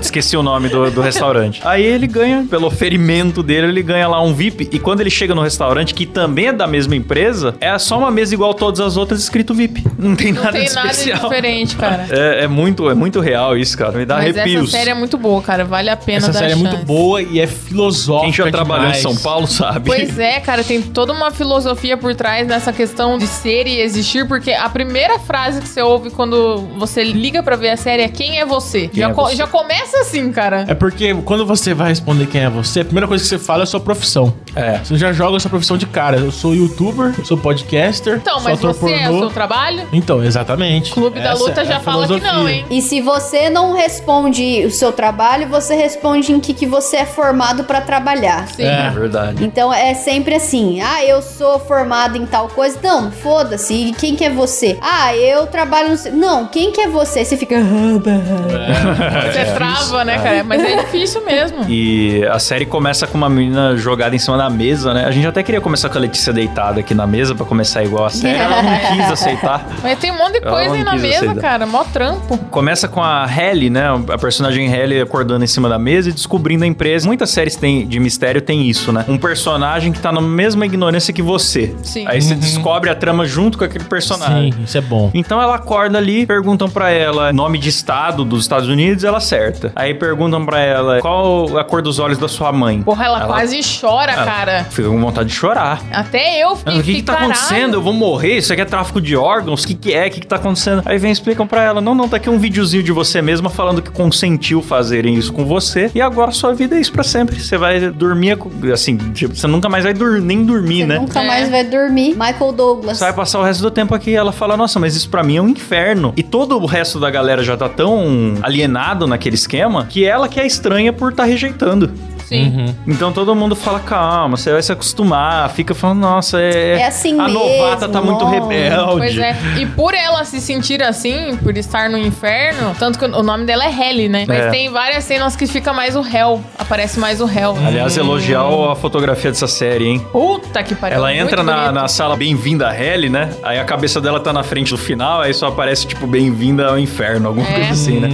[SPEAKER 1] esqueci o nome do, do restaurante. Aí ele ganha, pelo ferimento dele, ele ganha lá um VIP. E quando ele chega no restaurante, que também é da mesma empresa, é só uma mesa igual todas as outras, escrito VIP. Não tem
[SPEAKER 2] Não
[SPEAKER 1] nada
[SPEAKER 2] tem
[SPEAKER 1] de
[SPEAKER 2] nada
[SPEAKER 1] especial.
[SPEAKER 2] diferente, cara.
[SPEAKER 1] É, é muito, é muito real isso, cara. Me dá
[SPEAKER 2] Mas
[SPEAKER 1] arrepios.
[SPEAKER 2] essa série é muito boa, cara. Vale a pena
[SPEAKER 3] Essa
[SPEAKER 2] dar
[SPEAKER 3] série é
[SPEAKER 2] chance.
[SPEAKER 3] muito boa e é filosófica
[SPEAKER 1] Quem já trabalhou em
[SPEAKER 3] demais.
[SPEAKER 1] São Paulo sabe.
[SPEAKER 2] Pois é, cara, tem toda uma filosofia por trás dessa questão de ser e existir, porque a primeira frase que você ouve quando você liga pra ver a série é quem é é você?
[SPEAKER 1] Quem
[SPEAKER 2] já,
[SPEAKER 1] é
[SPEAKER 2] co-
[SPEAKER 1] você?
[SPEAKER 2] já começa assim, cara.
[SPEAKER 3] É porque quando você vai responder quem é você, a primeira coisa que você fala é a sua profissão.
[SPEAKER 1] É.
[SPEAKER 3] Você já joga a sua profissão de cara. Eu sou youtuber, sou podcaster,
[SPEAKER 2] Então,
[SPEAKER 3] sou
[SPEAKER 2] mas
[SPEAKER 3] ator
[SPEAKER 2] você é o
[SPEAKER 3] pornô.
[SPEAKER 2] seu trabalho?
[SPEAKER 3] Então, exatamente.
[SPEAKER 2] Clube da
[SPEAKER 3] Essa
[SPEAKER 2] Luta
[SPEAKER 3] é a
[SPEAKER 2] já fala que não,
[SPEAKER 3] filosofia.
[SPEAKER 2] hein?
[SPEAKER 4] E se você não responde o seu trabalho, você responde em que, que você é formado pra trabalhar.
[SPEAKER 2] Sim.
[SPEAKER 1] É
[SPEAKER 3] É.
[SPEAKER 1] verdade.
[SPEAKER 4] Então é sempre assim: ah, eu sou formado em tal coisa. Não, foda-se. E quem que é você? Ah, eu trabalho no. se- Não, quem que é você? Você fica. "Ah, bah."
[SPEAKER 1] É.
[SPEAKER 2] Você trava, né, cara? Mas é difícil mesmo.
[SPEAKER 1] E a série começa com uma menina jogada em cima da mesa, né? A gente até queria começar com a Letícia deitada aqui na mesa pra começar igual a série. Ela não quis aceitar.
[SPEAKER 2] Mas tem um monte de
[SPEAKER 1] Ela
[SPEAKER 2] coisa
[SPEAKER 1] não
[SPEAKER 2] aí na
[SPEAKER 1] quis
[SPEAKER 2] mesa,
[SPEAKER 1] aceitar.
[SPEAKER 2] cara. Mó trampo.
[SPEAKER 1] Começa com a Halle, né? A personagem Halle acordando em cima da mesa e descobrindo a empresa. Muitas séries tem, de mistério tem isso, né? Um personagem que tá na mesma ignorância que você.
[SPEAKER 2] Sim.
[SPEAKER 1] Aí você descobre a trama junto com aquele personagem.
[SPEAKER 3] Sim, isso é bom.
[SPEAKER 1] Então ela acorda ali, perguntam pra ela nome de estado dos Estados Unidos, ela acerta. Aí perguntam pra ela qual a cor dos olhos da sua mãe.
[SPEAKER 2] Porra, ela, quase chora,
[SPEAKER 1] ela-
[SPEAKER 2] cara.
[SPEAKER 1] Fica com vontade de chorar.
[SPEAKER 2] Até eu fiquei.
[SPEAKER 1] Ela, O que, que tá
[SPEAKER 2] caralho.
[SPEAKER 1] acontecendo? Eu vou morrer? Isso aqui é tráfico de órgãos? O que, que é? O que, que tá acontecendo? Aí vem e explicam pra ela: não, não, tá aqui um videozinho de você mesma falando que consentiu fazerem isso com você. E agora sua vida é isso pra sempre. Você vai dormir, assim, tipo, você nunca mais vai dur- nem dormir,
[SPEAKER 4] Você
[SPEAKER 1] né?
[SPEAKER 4] nunca
[SPEAKER 2] É.
[SPEAKER 4] mais vai dormir. Michael Douglas.
[SPEAKER 1] Você vai passar o resto do tempo aqui e ela fala: Nossa, mas isso pra mim é um inferno. E todo o resto da galera já tá tão alienado naquele esquema que ela que é estranha por tá rejeitando.
[SPEAKER 2] Sim.
[SPEAKER 1] Então todo mundo fala: Calma, você vai se acostumar. Fica falando: Nossa, é.
[SPEAKER 4] É assim
[SPEAKER 1] A novata
[SPEAKER 4] mesmo,
[SPEAKER 1] tá muito
[SPEAKER 4] nossa."
[SPEAKER 1] rebelde.
[SPEAKER 2] Pois é. E por ela se sentir assim, por estar no inferno, tanto que o nome dela é Helly, né? Mas
[SPEAKER 1] É.
[SPEAKER 2] tem várias cenas que fica mais o réu. Aparece mais o réu.
[SPEAKER 1] Aliás, elogiar a fotografia dessa série, hein?
[SPEAKER 2] Puta que pariu.
[SPEAKER 1] Ela
[SPEAKER 2] muito
[SPEAKER 1] entra na,
[SPEAKER 2] bonito.
[SPEAKER 1] na sala bem-vinda a Helly, né? Aí a cabeça dela tá na frente do final, aí só aparece, tipo, bem-vinda ao inferno, alguma
[SPEAKER 2] É.
[SPEAKER 1] coisa assim, né?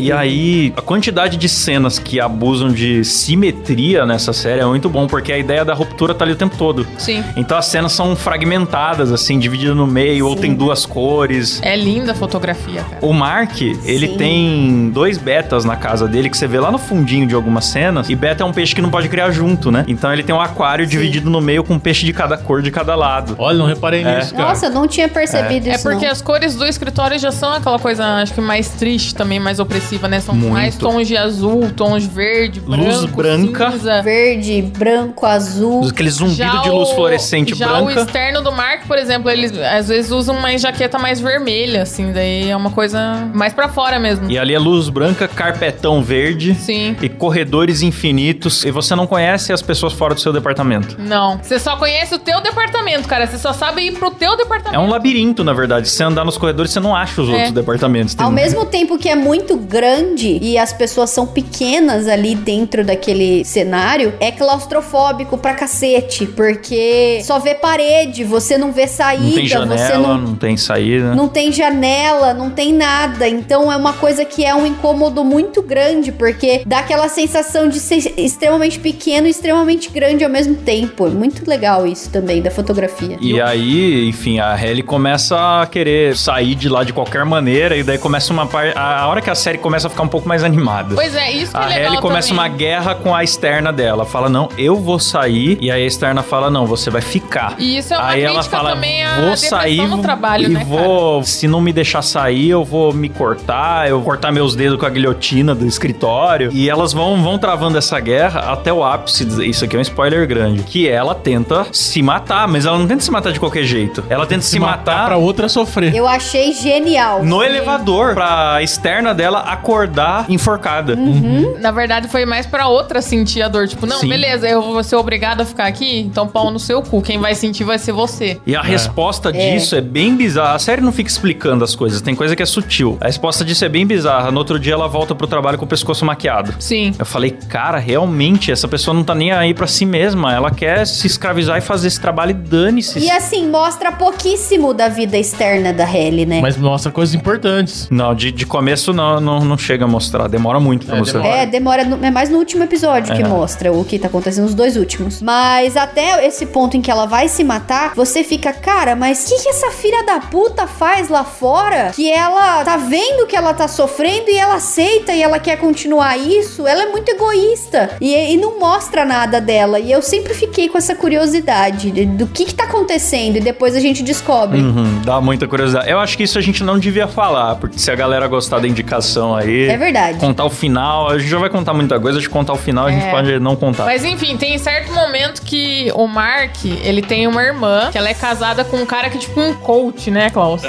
[SPEAKER 1] E aí, a quantidade de cenas que abusam de simetria nessa série é muito bom, porque a ideia da ruptura tá ali o tempo todo.
[SPEAKER 2] Sim.
[SPEAKER 1] Então as cenas são fragmentadas, assim, divididas no meio, ou tem duas cores.
[SPEAKER 2] É linda a fotografia, cara.
[SPEAKER 1] O Mark, ele
[SPEAKER 4] Sim.
[SPEAKER 1] tem dois betas na casa dele que você vê lá no fundinho de algumas cenas. E beta é um peixe que não pode criar junto, né? Então ele tem um aquário dividido no meio com um peixe de cada cor de cada lado.
[SPEAKER 3] Olha, não reparei
[SPEAKER 1] É.
[SPEAKER 3] nisso, cara.
[SPEAKER 4] Nossa, eu não tinha percebido
[SPEAKER 2] É
[SPEAKER 4] isso.
[SPEAKER 2] porque
[SPEAKER 4] não.
[SPEAKER 2] as cores do escritório já são aquela coisa, acho que mais triste também, mais opressiva, né? São
[SPEAKER 1] Muito.
[SPEAKER 2] mais tons de azul, tons verde,
[SPEAKER 1] Luz
[SPEAKER 2] branco,
[SPEAKER 1] branca.
[SPEAKER 2] cinza.
[SPEAKER 4] Verde, branco, azul.
[SPEAKER 1] Aquele zumbido
[SPEAKER 2] Já
[SPEAKER 1] de
[SPEAKER 2] o-
[SPEAKER 1] luz fluorescente
[SPEAKER 2] já o
[SPEAKER 1] branca.
[SPEAKER 2] externo do Mark, por exemplo, eles às vezes usam uma jaqueta mais vermelha, assim, daí é uma coisa mais pra fora mesmo.
[SPEAKER 1] E ali é luz branca, carpetão verde.
[SPEAKER 2] Sim.
[SPEAKER 1] e corredores infinitos e você não conhece as pessoas fora do seu departamento.
[SPEAKER 2] Não. Você só conhece o teu departamento, cara. Você só sabe ir pro teu
[SPEAKER 1] É
[SPEAKER 2] departamento.
[SPEAKER 1] um labirinto, na verdade. Se você andar nos corredores, você não acha os
[SPEAKER 2] É.
[SPEAKER 1] outros departamentos. Tem- um-
[SPEAKER 4] Ao mesmo tempo que é muito grande e as pessoas são pequenas ali dentro daquele cenário, é claustrofóbico pra cacete, porque só vê parede, você não vê saída,
[SPEAKER 1] não tem
[SPEAKER 4] você
[SPEAKER 1] janela, né? não...
[SPEAKER 4] não,
[SPEAKER 1] tem saída.
[SPEAKER 4] não tem janela, não tem nada. Então é uma coisa que é um incômodo muito grande, porque dá aquela sensação de ser extremamente pequeno e extremamente grande ao mesmo tempo. É muito legal isso também da fotografia.
[SPEAKER 1] E aí, enfim, a Ellie começa a querer sair de lá de qualquer maneira e daí começa uma parte... A a hora que a série começa a ficar um pouco mais animada.
[SPEAKER 2] Pois é, isso que é
[SPEAKER 1] A
[SPEAKER 2] legal
[SPEAKER 1] Ellie começa
[SPEAKER 2] também.
[SPEAKER 1] uma guerra com a externa dela. Fala, não, eu vou sair. E aí a externa fala, não, você vai ficar.
[SPEAKER 2] E isso é uma
[SPEAKER 1] aí ela
[SPEAKER 2] crítica
[SPEAKER 1] fala,
[SPEAKER 2] também à
[SPEAKER 1] vou
[SPEAKER 2] depressão
[SPEAKER 1] sair
[SPEAKER 2] no trabalho,
[SPEAKER 1] e
[SPEAKER 2] né,
[SPEAKER 1] vou, se não me deixar sair, eu vou me cortar, eu vou cortar meus dedos com a guilhotina do escritório. E elas vão, vão travando essa guerra até o ápice. Isso aqui é um spoiler grande. Que ela tenta se matar, mas ela não tenta se matar de qualquer jeito. Ela tenta se, matar,
[SPEAKER 3] pra outra é sofrer.
[SPEAKER 4] Eu achei genial.
[SPEAKER 1] no elevador pra externa dela acordar enforcada.
[SPEAKER 2] Uhum. Na verdade, foi mais pra outra sentir a dor. Tipo, não,
[SPEAKER 1] Sim.
[SPEAKER 2] beleza, eu vou ser obrigada a ficar aqui, então pau no seu cu. Quem vai sentir vai ser você.
[SPEAKER 3] É.
[SPEAKER 1] E a resposta disso é bem bizarra. A série não fica explicando as coisas, tem coisa que é sutil. A resposta disso é bem bizarra. No outro dia ela volta pro trabalho com o pescoço maquiado.
[SPEAKER 2] Sim.
[SPEAKER 1] Eu falei, cara, realmente, essa pessoa não tá nem aí pra si mesma. Ela quer se escravizar e fazer esse trabalho e dane-se.
[SPEAKER 4] E assim, mostra pouquíssimo da vida externa da Halle, né?
[SPEAKER 3] Mas mostra coisas importantes.
[SPEAKER 1] Não, de, de começo não, não, não chega a mostrar. Demora muito pra
[SPEAKER 3] É,
[SPEAKER 1] mostrar.
[SPEAKER 3] demora.
[SPEAKER 4] É, demora, no- é mais no último episódio que mostra o que tá acontecendo, os dois últimos. Mas até esse ponto em que ela vai se matar, você fica, cara, mas o que, que essa filha da puta faz lá fora? Que ela tá vendo que ela tá sofrendo e ela aceita e ela quer continuar isso. Ela é muito egoísta e, e não mostra nada dela. E eu sempre fiquei com essa curiosidade de- do que que tá acontecendo e depois a gente
[SPEAKER 3] Hum.
[SPEAKER 4] descobre.
[SPEAKER 1] Uhum, dá muita curiosidade. Eu acho que isso a gente não devia falar, porque se a galera gostar da indicação aí.
[SPEAKER 4] É verdade.
[SPEAKER 1] Contar o final, a gente já vai contar muita coisa, de contar o final a
[SPEAKER 4] É.
[SPEAKER 1] gente pode não contar.
[SPEAKER 2] Mas enfim, tem certo momento que o Mark, ele tem uma irmã, que ela é casada com um cara que é tipo um coach, né, Klaus?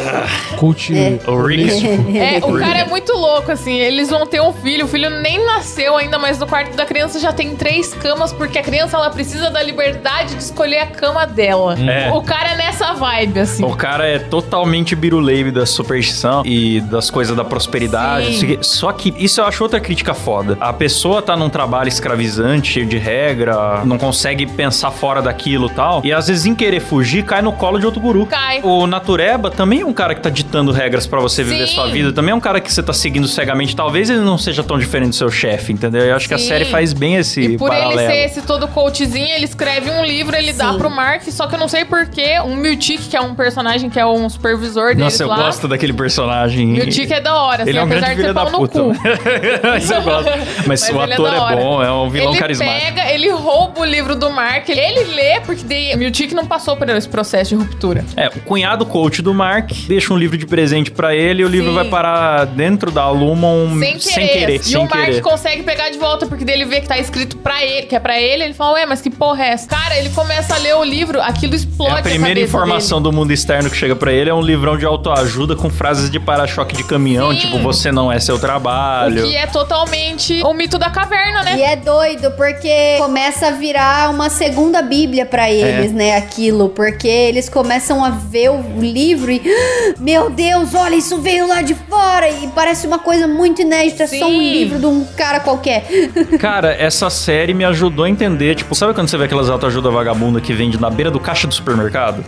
[SPEAKER 3] Cult.
[SPEAKER 1] O Rick.
[SPEAKER 2] É, o cara é muito louco, assim. Eles vão ter um filho, o filho nem nasceu ainda, mas no quarto da criança já tem três camas, porque a criança ela precisa da liberdade de escolher a cama dela.
[SPEAKER 1] É.
[SPEAKER 2] O cara é nessa vibe, assim.
[SPEAKER 1] O cara é totalmente biruleibe da superstição e das coisas da prosperidade.
[SPEAKER 2] Sim.
[SPEAKER 1] isso aqui. Só que isso eu acho outra crítica foda. A pessoa tá num trabalho escravizante, cheio de regra, não consegue pensar fora daquilo e tal. E às vezes, em querer fugir, cai no colo de outro guru.
[SPEAKER 2] Cai.
[SPEAKER 1] O Natureba também é um cara que tá ditando regras pra você viver
[SPEAKER 2] Sim.
[SPEAKER 1] sua vida. Também é um cara que você tá seguindo cegamente. Talvez ele não seja tão diferente do seu chefe, entendeu? Eu acho que a
[SPEAKER 2] Sim.
[SPEAKER 1] série faz bem esse
[SPEAKER 2] E por
[SPEAKER 1] paralelo.
[SPEAKER 2] ele ser esse todo coachzinho, ele escreve um livro, ele dá
[SPEAKER 4] Sim.
[SPEAKER 2] pro Mark, só que eu não sei porquê. Um Miltic, que é um personagem que é um supervisor deles
[SPEAKER 1] Nossa, eu
[SPEAKER 2] lá.
[SPEAKER 1] gosto daquele personagem.
[SPEAKER 2] Miltic é da hora, assim,
[SPEAKER 1] Ele é um
[SPEAKER 2] apesar
[SPEAKER 1] grande
[SPEAKER 2] de
[SPEAKER 1] filho
[SPEAKER 2] ser
[SPEAKER 1] da
[SPEAKER 2] pau no
[SPEAKER 1] puta. né?
[SPEAKER 2] cu.
[SPEAKER 1] Mas eu gosto. Mas, o
[SPEAKER 2] ele é
[SPEAKER 1] ator
[SPEAKER 2] da
[SPEAKER 1] é,
[SPEAKER 2] hora.
[SPEAKER 1] bom, é um vilão
[SPEAKER 2] ele
[SPEAKER 1] carismático.
[SPEAKER 2] pega, ele rouba o livro do Mark, ele lê, porque daí Miltic não passou por esse processo de ruptura.
[SPEAKER 1] É, o cunhado coach do Mark deixa um livro de presente pra ele e o livro
[SPEAKER 2] Sim.
[SPEAKER 1] vai parar dentro da Lumon
[SPEAKER 2] Sem querer.
[SPEAKER 1] Hum, sem querer.
[SPEAKER 2] e
[SPEAKER 1] sem
[SPEAKER 2] o Mark
[SPEAKER 1] querer.
[SPEAKER 2] consegue pegar de volta, porque daí ele vê que tá escrito pra ele, que é pra ele, ele fala, ué, mas que porra é essa? Cara, ele começa a ler o livro, aquilo explode
[SPEAKER 1] É a primeira
[SPEAKER 2] cabeça
[SPEAKER 1] informação do mundo externo que chega pra ele é um livrão de autoajuda com frases de para-choque de caminhão,
[SPEAKER 2] Sim.
[SPEAKER 1] tipo, você não é seu
[SPEAKER 2] dele.
[SPEAKER 1] trabalho.
[SPEAKER 2] O que é totalmente o mito da caverna, né?
[SPEAKER 4] E é doido porque começa a virar uma segunda Bíblia pra eles, né? Aquilo, porque eles começam a ver o livro e "Ah, meu Deus, olha isso veio lá de fora e parece uma coisa muito inédita, é só um
[SPEAKER 2] Sim.
[SPEAKER 4] livro de um cara qualquer.
[SPEAKER 1] Cara, essa série me ajudou a entender, tipo, sabe quando você vê aquelas autoajuda vagabunda que vende na beira do caixa do supermercado?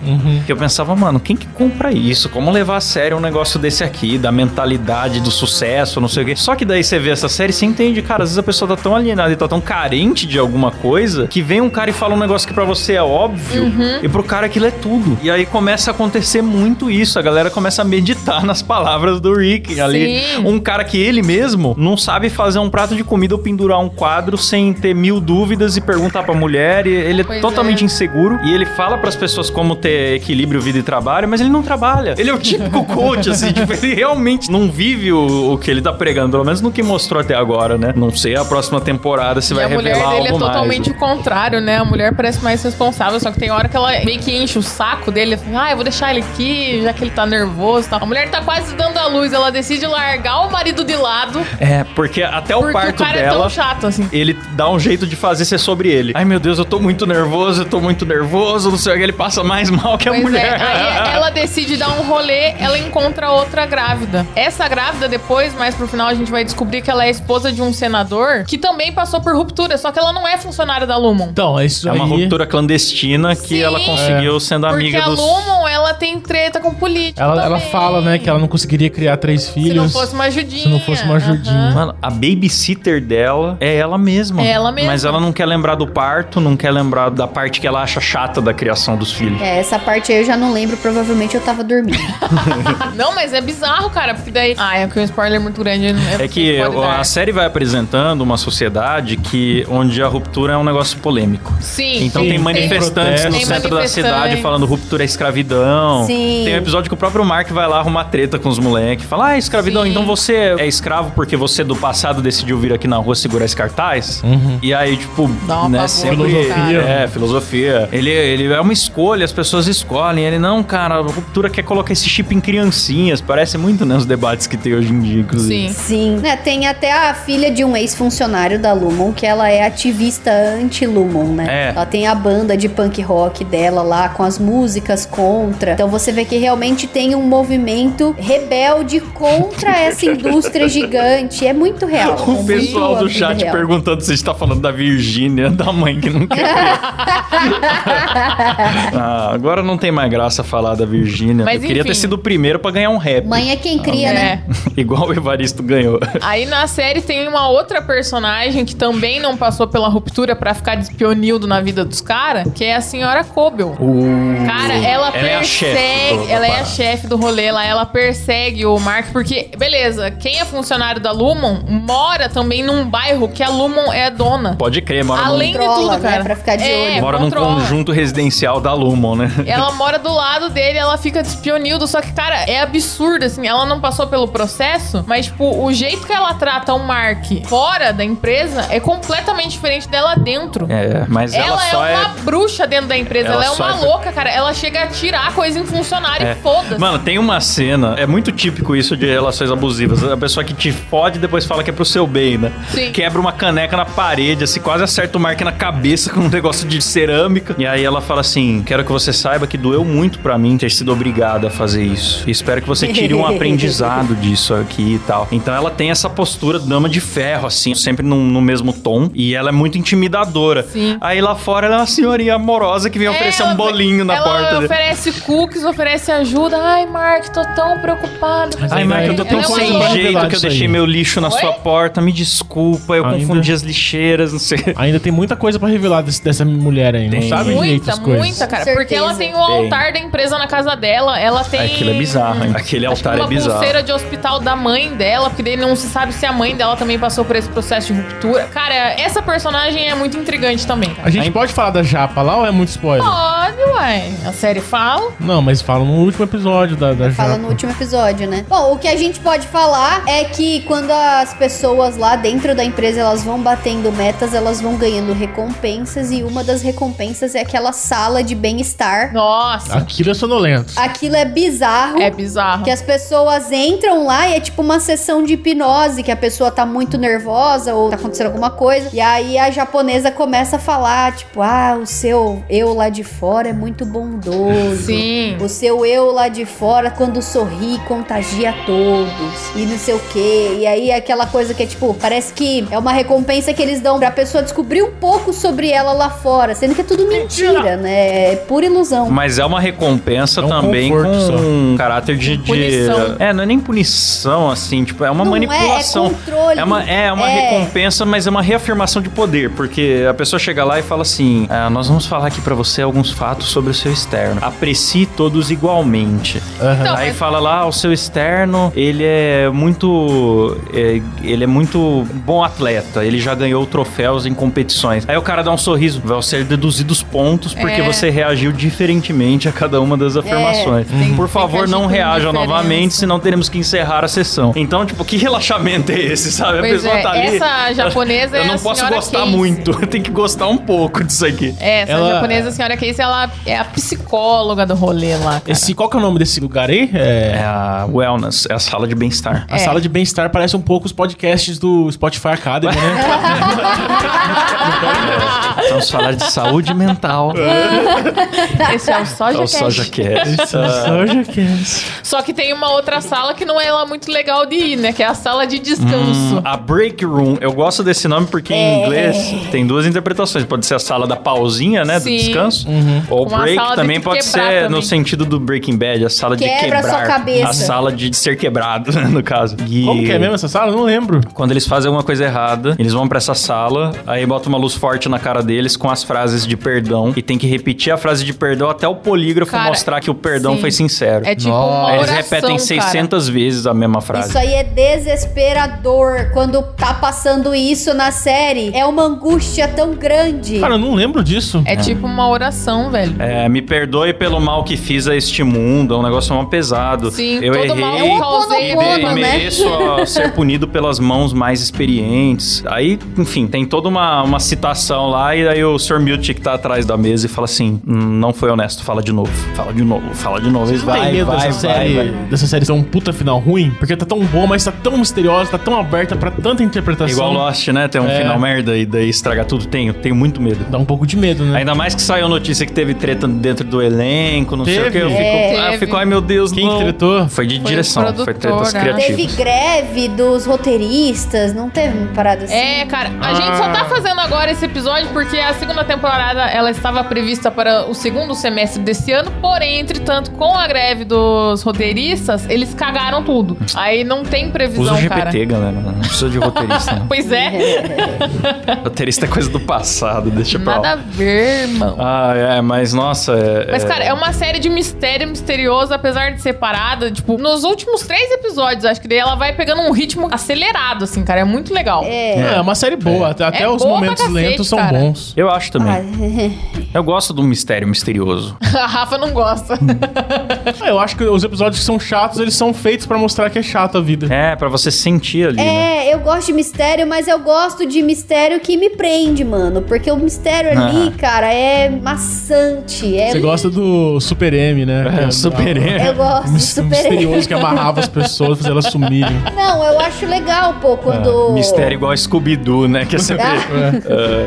[SPEAKER 1] Que eu pensava, mano, quem que compra isso? Como levar a sério um negócio desse aqui, da mentalidade, do sucesso, não sei o quê. Só que daí você vê essa série, você entende, cara, às vezes a pessoa tá tão alienada e tá tão carente de alguma coisa, que vem um cara e fala um negócio que pra você é óbvio, e pro cara aquilo é tudo. E aí começa a acontecer muito isso, a galera começa a meditar nas palavras do Rick ali.
[SPEAKER 2] Sim.
[SPEAKER 1] Um cara que ele mesmo não sabe fazer um prato de comida ou pendurar um quadro sem ter mil dúvidas e perguntar pra mulher. E ele é
[SPEAKER 2] Pois
[SPEAKER 1] totalmente
[SPEAKER 2] é.
[SPEAKER 1] inseguro. E ele fala pras pessoas como ter equilíbrio vida e trabalho, mas ele não trabalha. Ele é o típico coach, assim. tipo, ele realmente não vive o, o que ele tá pregando. Pelo menos no que mostrou até agora, né? Não sei a próxima temporada se
[SPEAKER 2] E
[SPEAKER 1] vai
[SPEAKER 2] a mulher
[SPEAKER 1] revelar
[SPEAKER 2] dele é
[SPEAKER 1] algo mais. né?
[SPEAKER 2] totalmente o contrário, né? A mulher parece mais responsável, só que tem hora que ela meio que enche o saco dele. fala, Ah, eu vou deixar ele aqui, já que ele tá nervoso e tal. A mulher tá quase dando a luz, ela decide largar o marido de lado,
[SPEAKER 1] É, porque até o
[SPEAKER 2] porque o
[SPEAKER 1] parto
[SPEAKER 2] cara é
[SPEAKER 1] dela...
[SPEAKER 2] tão chato, assim.
[SPEAKER 1] ele dá um jeito de fazer ser sobre ele. Ai, meu Deus, eu tô muito nervoso, eu tô muito nervoso, não sei o que, ele passa mais mal que a
[SPEAKER 2] Pois
[SPEAKER 1] mulher.
[SPEAKER 2] é, aí ela decide dar um rolê, ela encontra outra grávida. Essa grávida, depois, mais pro final, a gente vai descobrir que ela é esposa de um senador que também passou por ruptura, só que ela não é funcionária da Lumon.
[SPEAKER 3] Então, é isso
[SPEAKER 1] É
[SPEAKER 3] aí.
[SPEAKER 1] uma ruptura clandestina que
[SPEAKER 2] Sim.
[SPEAKER 1] ela conseguiu sendo
[SPEAKER 2] Porque
[SPEAKER 1] Então, amiga
[SPEAKER 2] a
[SPEAKER 1] dos.
[SPEAKER 2] Lumon, ela tem treta com político.
[SPEAKER 3] Ela, ela
[SPEAKER 2] também.
[SPEAKER 3] fala, né, que ela não conseguiria criar três
[SPEAKER 2] Se
[SPEAKER 3] filhos.
[SPEAKER 2] não fosse uma ajudinha.
[SPEAKER 3] Se não fosse uma ajudinha.
[SPEAKER 1] Mano, a babysitter dela é ela mesma.
[SPEAKER 2] É ela mesma.
[SPEAKER 1] Mas ela não quer lembrar do parto, não quer lembrar da parte que ela acha chata da criação dos filhos.
[SPEAKER 4] É, essa parte aí eu já não lembro, provavelmente eu tava dormindo.
[SPEAKER 2] Aham. Não, mas é bizarro, cara, porque daí... Ah, é que um spoiler muito grande.
[SPEAKER 1] É que a série vai apresentando uma sociedade que onde a ruptura é um negócio polêmico.
[SPEAKER 2] Sim.
[SPEAKER 1] Então
[SPEAKER 3] Sim,
[SPEAKER 1] tem manifestantes
[SPEAKER 3] tem
[SPEAKER 1] no
[SPEAKER 2] protestos.
[SPEAKER 1] centro da
[SPEAKER 2] Tem
[SPEAKER 1] cidade
[SPEAKER 2] manifestantes.
[SPEAKER 1] falando ruptura é escravidão.
[SPEAKER 4] Sim.
[SPEAKER 1] Tem um episódio que o próprio Mark vai lá arrumar treta com os moleques. Fala, ah, escravidão,
[SPEAKER 2] Sim.
[SPEAKER 1] então você é escravo porque você do passado decidiu vir aqui na rua segurar esse cartaz? E aí, tipo,
[SPEAKER 2] Dá uma
[SPEAKER 1] né,
[SPEAKER 2] pavor,
[SPEAKER 1] sempre...
[SPEAKER 2] Filosofia.
[SPEAKER 1] É, filosofia. Ele, ele é uma escolha, as pessoas escolhem. Ele, não, cara, a ruptura quer colocar esse chip em criancinhas. Parece muito, né, os debates que tem hoje em dia, inclusive.
[SPEAKER 2] Sim.
[SPEAKER 4] Sim. Né, tem até a filha de um ex-funcionário da Lumon, que ela é ativista anti-Lumon, né?
[SPEAKER 1] É.
[SPEAKER 4] Ela tem a banda de punk rock dela lá, com as músicas contra. Então você vê que realmente tem um movimento rebelde contra essa indústria gigante. É muito real. é
[SPEAKER 1] O
[SPEAKER 4] muito
[SPEAKER 1] pessoal
[SPEAKER 4] a
[SPEAKER 1] do
[SPEAKER 4] vida
[SPEAKER 1] chat
[SPEAKER 4] real.
[SPEAKER 1] perguntando se a gente tá falando da Virgínia, da mãe que não quer ver. Ah, agora não tem mais graça falar da Virgínia.
[SPEAKER 2] Mas
[SPEAKER 1] Eu queria
[SPEAKER 2] enfim.
[SPEAKER 1] ter sido o primeiro pra ganhar um rap.
[SPEAKER 4] Mãe é quem cria, né?
[SPEAKER 2] É.
[SPEAKER 1] Igual o Evaristo ganhou.
[SPEAKER 2] Aí na série tem uma outra personagem que também não passou pela ruptura pra ficar de pionildo na vida dos caras, que é a senhora Cobel.
[SPEAKER 4] Uh,
[SPEAKER 2] Cara, ela,
[SPEAKER 1] Ela é a
[SPEAKER 2] persegue.
[SPEAKER 1] chefe do- da
[SPEAKER 2] ela é a
[SPEAKER 1] parada.
[SPEAKER 2] chefe do rolê lá, ela persegue o Mark, porque, beleza, quem é funcionário da Lumon mora também num bairro que a Lumon é dona.
[SPEAKER 1] Pode crer, mora,
[SPEAKER 2] Além
[SPEAKER 1] num,
[SPEAKER 4] Controla,
[SPEAKER 2] de tudo,
[SPEAKER 4] né,
[SPEAKER 2] cara. É,
[SPEAKER 4] pra ficar de olho.
[SPEAKER 1] mora num
[SPEAKER 2] controla.
[SPEAKER 1] conjunto residencial da Lumon, né?
[SPEAKER 2] Ela mora do lado dele, ela fica despionildo. Só que, cara, é absurdo, assim. Ela não passou pelo processo, mas, tipo, o jeito que ela trata o Mark fora da empresa é completamente diferente dela dentro.
[SPEAKER 1] É, mas ela,
[SPEAKER 2] Ela,
[SPEAKER 1] só
[SPEAKER 2] é
[SPEAKER 1] é.
[SPEAKER 2] uma bruxa dentro da empresa.
[SPEAKER 1] Ela
[SPEAKER 2] Ela, é
[SPEAKER 1] só
[SPEAKER 2] uma
[SPEAKER 1] é-
[SPEAKER 2] louca, cara. Ela chega a tirar coisa em funcionário
[SPEAKER 1] É.
[SPEAKER 2] e foda-se.
[SPEAKER 1] Mano, tem uma cena, é muito típico isso de relações abusivas. A pessoa que te fode e depois fala que é pro seu bem, né?
[SPEAKER 2] Sim.
[SPEAKER 1] Quebra uma caneca na parede, assim, quase acerta o Mark na cabeça com um negócio de cerâmica. E aí ela fala assim: quero que você saiba que doeu muito pra mim ter sido obrigada a fazer isso. E espero que você tire um aprendizado disso aqui e tal. Então ela tem essa postura dama de ferro, assim, sempre num- no, mesmo tom. E ela é muito intimidadora.
[SPEAKER 2] Sim. É,
[SPEAKER 1] Aí lá fora ela é uma senhorinha amorosa que vem oferecer um
[SPEAKER 2] Ela-
[SPEAKER 1] bolinho na
[SPEAKER 2] ela
[SPEAKER 1] porta dele.
[SPEAKER 2] oferece cookies, oferece ajuda. Ai, Mark, tô tão preocupado.
[SPEAKER 3] Mas
[SPEAKER 1] Ai,
[SPEAKER 3] ainda
[SPEAKER 1] Marca, eu tô
[SPEAKER 2] Ela
[SPEAKER 1] tão
[SPEAKER 2] é uma
[SPEAKER 1] sem
[SPEAKER 2] louca.
[SPEAKER 1] jeito que eu
[SPEAKER 3] Isso aí.
[SPEAKER 1] deixei meu lixo na
[SPEAKER 2] Oi?
[SPEAKER 1] sua porta. Me desculpa, eu
[SPEAKER 3] Ainda?
[SPEAKER 1] confundi as lixeiras, não sei.
[SPEAKER 3] Ainda tem muita coisa pra revelar desse- dessa mulher aí. Não
[SPEAKER 1] Tem.
[SPEAKER 3] sabe direito
[SPEAKER 2] Muita,
[SPEAKER 3] as coisas.
[SPEAKER 2] muita, cara.
[SPEAKER 4] Certeza.
[SPEAKER 2] Porque ela tem o
[SPEAKER 1] Tem.
[SPEAKER 2] altar da empresa na casa dela, ela tem.
[SPEAKER 1] Aquilo é bizarro, hein? Aquele
[SPEAKER 2] Acho que
[SPEAKER 1] altar é
[SPEAKER 2] Uma
[SPEAKER 1] bizarro.
[SPEAKER 2] pulseira de hospital da mãe dela, porque daí não se sabe se a mãe dela também passou por esse processo de ruptura. Cara, essa personagem é muito intrigante também,
[SPEAKER 3] A
[SPEAKER 2] cara.
[SPEAKER 3] gente pode falar da japa lá ou é muito spoiler?
[SPEAKER 2] Pode, uai. A série fala.
[SPEAKER 3] Não, mas fala no último episódio da, da
[SPEAKER 4] Fala
[SPEAKER 3] japa.
[SPEAKER 4] no último episódio, né? Bom, o que a gente pode falar é que quando as pessoas lá dentro da empresa elas vão batendo metas, elas vão ganhando recompensas e uma das recompensas é aquela sala de bem-estar.
[SPEAKER 2] Nossa,
[SPEAKER 3] Aquilo é sonolento.
[SPEAKER 4] Aquilo é
[SPEAKER 1] Ah.
[SPEAKER 4] bizarro.
[SPEAKER 2] é bizarro.
[SPEAKER 4] Que as pessoas entram lá e é tipo uma sessão de hipnose, que a pessoa tá muito nervosa ou tá acontecendo alguma coisa. E aí a japonesa começa a falar, tipo, ah, o seu eu lá de fora é muito bondoso.
[SPEAKER 2] Sim.
[SPEAKER 4] O seu eu lá de fora, quando sorri, contagia todos. E não sei o quê. E aí é aquela coisa que é tipo, parece que é uma recompensa que eles dão pra pessoa descobrir um pouco sobre ela lá fora. Sendo que é tudo mentira, né? É pura ilusão.
[SPEAKER 1] Mas é uma recompensa
[SPEAKER 3] É um
[SPEAKER 1] também
[SPEAKER 3] conforto
[SPEAKER 1] com
[SPEAKER 3] só.
[SPEAKER 1] um caráter de, de-
[SPEAKER 2] Punição.
[SPEAKER 1] É, não é nem punição, assim, tipo, é uma
[SPEAKER 4] Não É, é
[SPEAKER 1] manipulação.
[SPEAKER 4] controle.
[SPEAKER 1] É uma, é uma
[SPEAKER 4] É.
[SPEAKER 1] recompensa, mas é uma reafirmação de poder, porque a pessoa chega lá e fala assim: "Ah, Nós vamos falar aqui pra você alguns fatos sobre o seu externo. Aprecie todos igualmente.
[SPEAKER 3] Aham.
[SPEAKER 2] Então,
[SPEAKER 1] Aí
[SPEAKER 2] mas-
[SPEAKER 1] fala lá, "Ah, o seu externo, ele é muito. é, ele é muito bom atleta. Ele já ganhou troféus em competições. Aí o cara dá um sorriso. Vão ser deduzidos pontos porque
[SPEAKER 2] É.
[SPEAKER 1] você reagiu diferentemente a cada uma das afirmações.
[SPEAKER 2] tem-
[SPEAKER 1] Por
[SPEAKER 2] tem
[SPEAKER 1] favor,
[SPEAKER 2] que
[SPEAKER 1] não
[SPEAKER 2] agir com
[SPEAKER 1] reaja
[SPEAKER 2] diferença.
[SPEAKER 1] novamente, senão teremos que encerrar a sessão. Então, tipo, que relaxamento é esse, sabe? a
[SPEAKER 2] Pois
[SPEAKER 1] pessoa
[SPEAKER 2] é,
[SPEAKER 1] tá ali.
[SPEAKER 2] essa japonesa
[SPEAKER 1] eu
[SPEAKER 2] é a
[SPEAKER 1] não posso
[SPEAKER 2] senhora
[SPEAKER 1] gostar
[SPEAKER 2] Casey.
[SPEAKER 1] muito. Eu tenho que gostar um pouco disso aqui.
[SPEAKER 2] É, essa
[SPEAKER 3] Ela-
[SPEAKER 2] japonesa, a senhora Casey, ela é a psicóloga do rolê lá. cara.
[SPEAKER 3] Esse, qual que é o nome desse lugar aí? É...
[SPEAKER 1] É a wellness, é a sala de bem-estar.
[SPEAKER 3] A sala de bem-estar parece um pouco os podcasts do Spotify Academy, né?
[SPEAKER 1] Vamos falar Então, de saúde mental.
[SPEAKER 2] Esse é o
[SPEAKER 1] É o
[SPEAKER 2] Soja
[SPEAKER 1] Soja
[SPEAKER 2] Cash.
[SPEAKER 1] Cast.
[SPEAKER 2] Só que tem uma outra sala que não é lá muito legal de ir, né? Que é a sala de descanso.
[SPEAKER 1] A Break Room. Eu gosto desse nome porque em
[SPEAKER 2] É.
[SPEAKER 1] inglês tem duas interpretações. Pode ser a sala da pausinha, né?
[SPEAKER 2] Sim.
[SPEAKER 1] Do descanso.
[SPEAKER 3] Uhum.
[SPEAKER 1] Ou
[SPEAKER 2] Uma sala
[SPEAKER 1] break
[SPEAKER 2] de
[SPEAKER 1] também
[SPEAKER 2] te
[SPEAKER 1] pode ser
[SPEAKER 2] quebrar
[SPEAKER 1] no
[SPEAKER 2] também.
[SPEAKER 1] sentido do Breaking Bad, a sala de
[SPEAKER 4] Quebra
[SPEAKER 1] quebrar.
[SPEAKER 4] sua cabeça.
[SPEAKER 1] A sala de ser quebrado, né, no caso. E
[SPEAKER 3] Como que é mesmo essa sala? Eu Não lembro.
[SPEAKER 1] Quando eles fazem alguma coisa errada, eles vão pra essa sala, aí bota uma luz forte na cara deles com as frases de perdão. E tem que repetir a frase de perdão até o polígrafo
[SPEAKER 2] Cara,
[SPEAKER 1] mostrar que o perdão
[SPEAKER 2] sim.
[SPEAKER 1] foi sincero.
[SPEAKER 2] É tipo uma
[SPEAKER 5] Nossa.
[SPEAKER 1] Aí eles
[SPEAKER 2] oração,
[SPEAKER 1] repetem
[SPEAKER 2] cara.
[SPEAKER 1] 600 vezes a mesma frase.
[SPEAKER 4] Isso aí é desesperador quando tá passando isso na série. É uma angústia tão grande.
[SPEAKER 3] Cara, eu não lembro disso.
[SPEAKER 2] É tipo uma oração, velho.
[SPEAKER 1] É, me perdoe pelo mal que fiz a este mundo, é um negócio mal pesado.
[SPEAKER 2] Sim,
[SPEAKER 1] eu
[SPEAKER 2] todo
[SPEAKER 1] errei.
[SPEAKER 2] mal
[SPEAKER 4] É um
[SPEAKER 2] que causei.
[SPEAKER 1] E,
[SPEAKER 4] Todo
[SPEAKER 1] de-
[SPEAKER 4] mundo,
[SPEAKER 1] e
[SPEAKER 4] né?
[SPEAKER 1] mereço ó, ser punido pelas mãos mais experientes. Aí, enfim, tem toda uma, uma citação lá, e aí o Sr. Miltic tá atrás da mesa e fala assim: "Hum, não foi honesto, fala de novo, fala de novo, fala de novo.
[SPEAKER 3] Não tem medo dessa, série, dessa série ser um puta final ruim? Porque tá tão boa, mas tá tão misteriosa, tá tão aberta pra tanta interpretação.
[SPEAKER 1] Igual Lost, né? Tem um
[SPEAKER 3] É.
[SPEAKER 1] final merda e daí estraga tudo. Tenho, tenho muito medo.
[SPEAKER 3] Dá um pouco de medo, né?
[SPEAKER 1] Ainda mais que saiu notícia que teve treta dentro do elenco, não sei o
[SPEAKER 3] Teve.
[SPEAKER 1] que. Eu fico,
[SPEAKER 4] É,
[SPEAKER 1] ah, eu
[SPEAKER 2] teve.
[SPEAKER 1] fico, ai meu Deus,
[SPEAKER 3] Quem
[SPEAKER 1] não.
[SPEAKER 3] que tretou?
[SPEAKER 1] Ah, Foi de
[SPEAKER 2] Foi né?
[SPEAKER 1] direção, foi tretas
[SPEAKER 2] produtora.
[SPEAKER 4] Teve
[SPEAKER 1] criativas.
[SPEAKER 4] greve dos roteiristas, não teve uma parada assim.
[SPEAKER 2] É, cara, a
[SPEAKER 3] Ah.
[SPEAKER 2] gente só tá fazendo agora esse episódio porque que a segunda temporada ela estava prevista para o segundo semestre desse ano, porém, entretanto, com a greve dos roteiristas, eles cagaram tudo. Aí não tem
[SPEAKER 1] Usa
[SPEAKER 2] previsão,
[SPEAKER 1] o GPT,
[SPEAKER 2] cara.
[SPEAKER 1] galera. Não precisa de roteirista. não.
[SPEAKER 2] Pois é.
[SPEAKER 1] roteirista é coisa do passado, deixa pra
[SPEAKER 2] Nada a
[SPEAKER 1] lá.
[SPEAKER 2] ver, irmão.
[SPEAKER 1] Ah, é, mas nossa. É,
[SPEAKER 2] Mas, cara, é uma série de mistério misterioso, apesar de separada. Tipo, nos últimos três episódios, acho que daí ela vai pegando um ritmo acelerado, assim, cara. É muito legal.
[SPEAKER 3] É, é uma série boa. Até, até os
[SPEAKER 2] É boa pra
[SPEAKER 3] momentos
[SPEAKER 2] cacete,
[SPEAKER 3] lentos são
[SPEAKER 2] cara.
[SPEAKER 3] bons.
[SPEAKER 1] Eu acho também.
[SPEAKER 4] Ah,
[SPEAKER 1] Eu gosto do mistério misterioso.
[SPEAKER 2] A Rafa não gosta.
[SPEAKER 3] Ah, eu acho que os episódios que são chatos, eles são feitos pra mostrar que é chato a vida.
[SPEAKER 1] É, pra você sentir ali, né?
[SPEAKER 4] É, eu gosto de mistério, mas eu gosto de mistério que me prende, mano. Porque o mistério ali,
[SPEAKER 1] Ah.
[SPEAKER 4] cara, é maçante. É...
[SPEAKER 3] Você gosta do Super M, né? Que
[SPEAKER 1] É, super é.
[SPEAKER 4] Eu gosto
[SPEAKER 3] Um
[SPEAKER 4] de super.
[SPEAKER 3] misterioso que amarrava as pessoas, fazia elas sumirem.
[SPEAKER 4] Não, eu acho legal, um pô, quando.
[SPEAKER 1] Ah, Mistério igual Scooby-Doo, né? Que é sempre...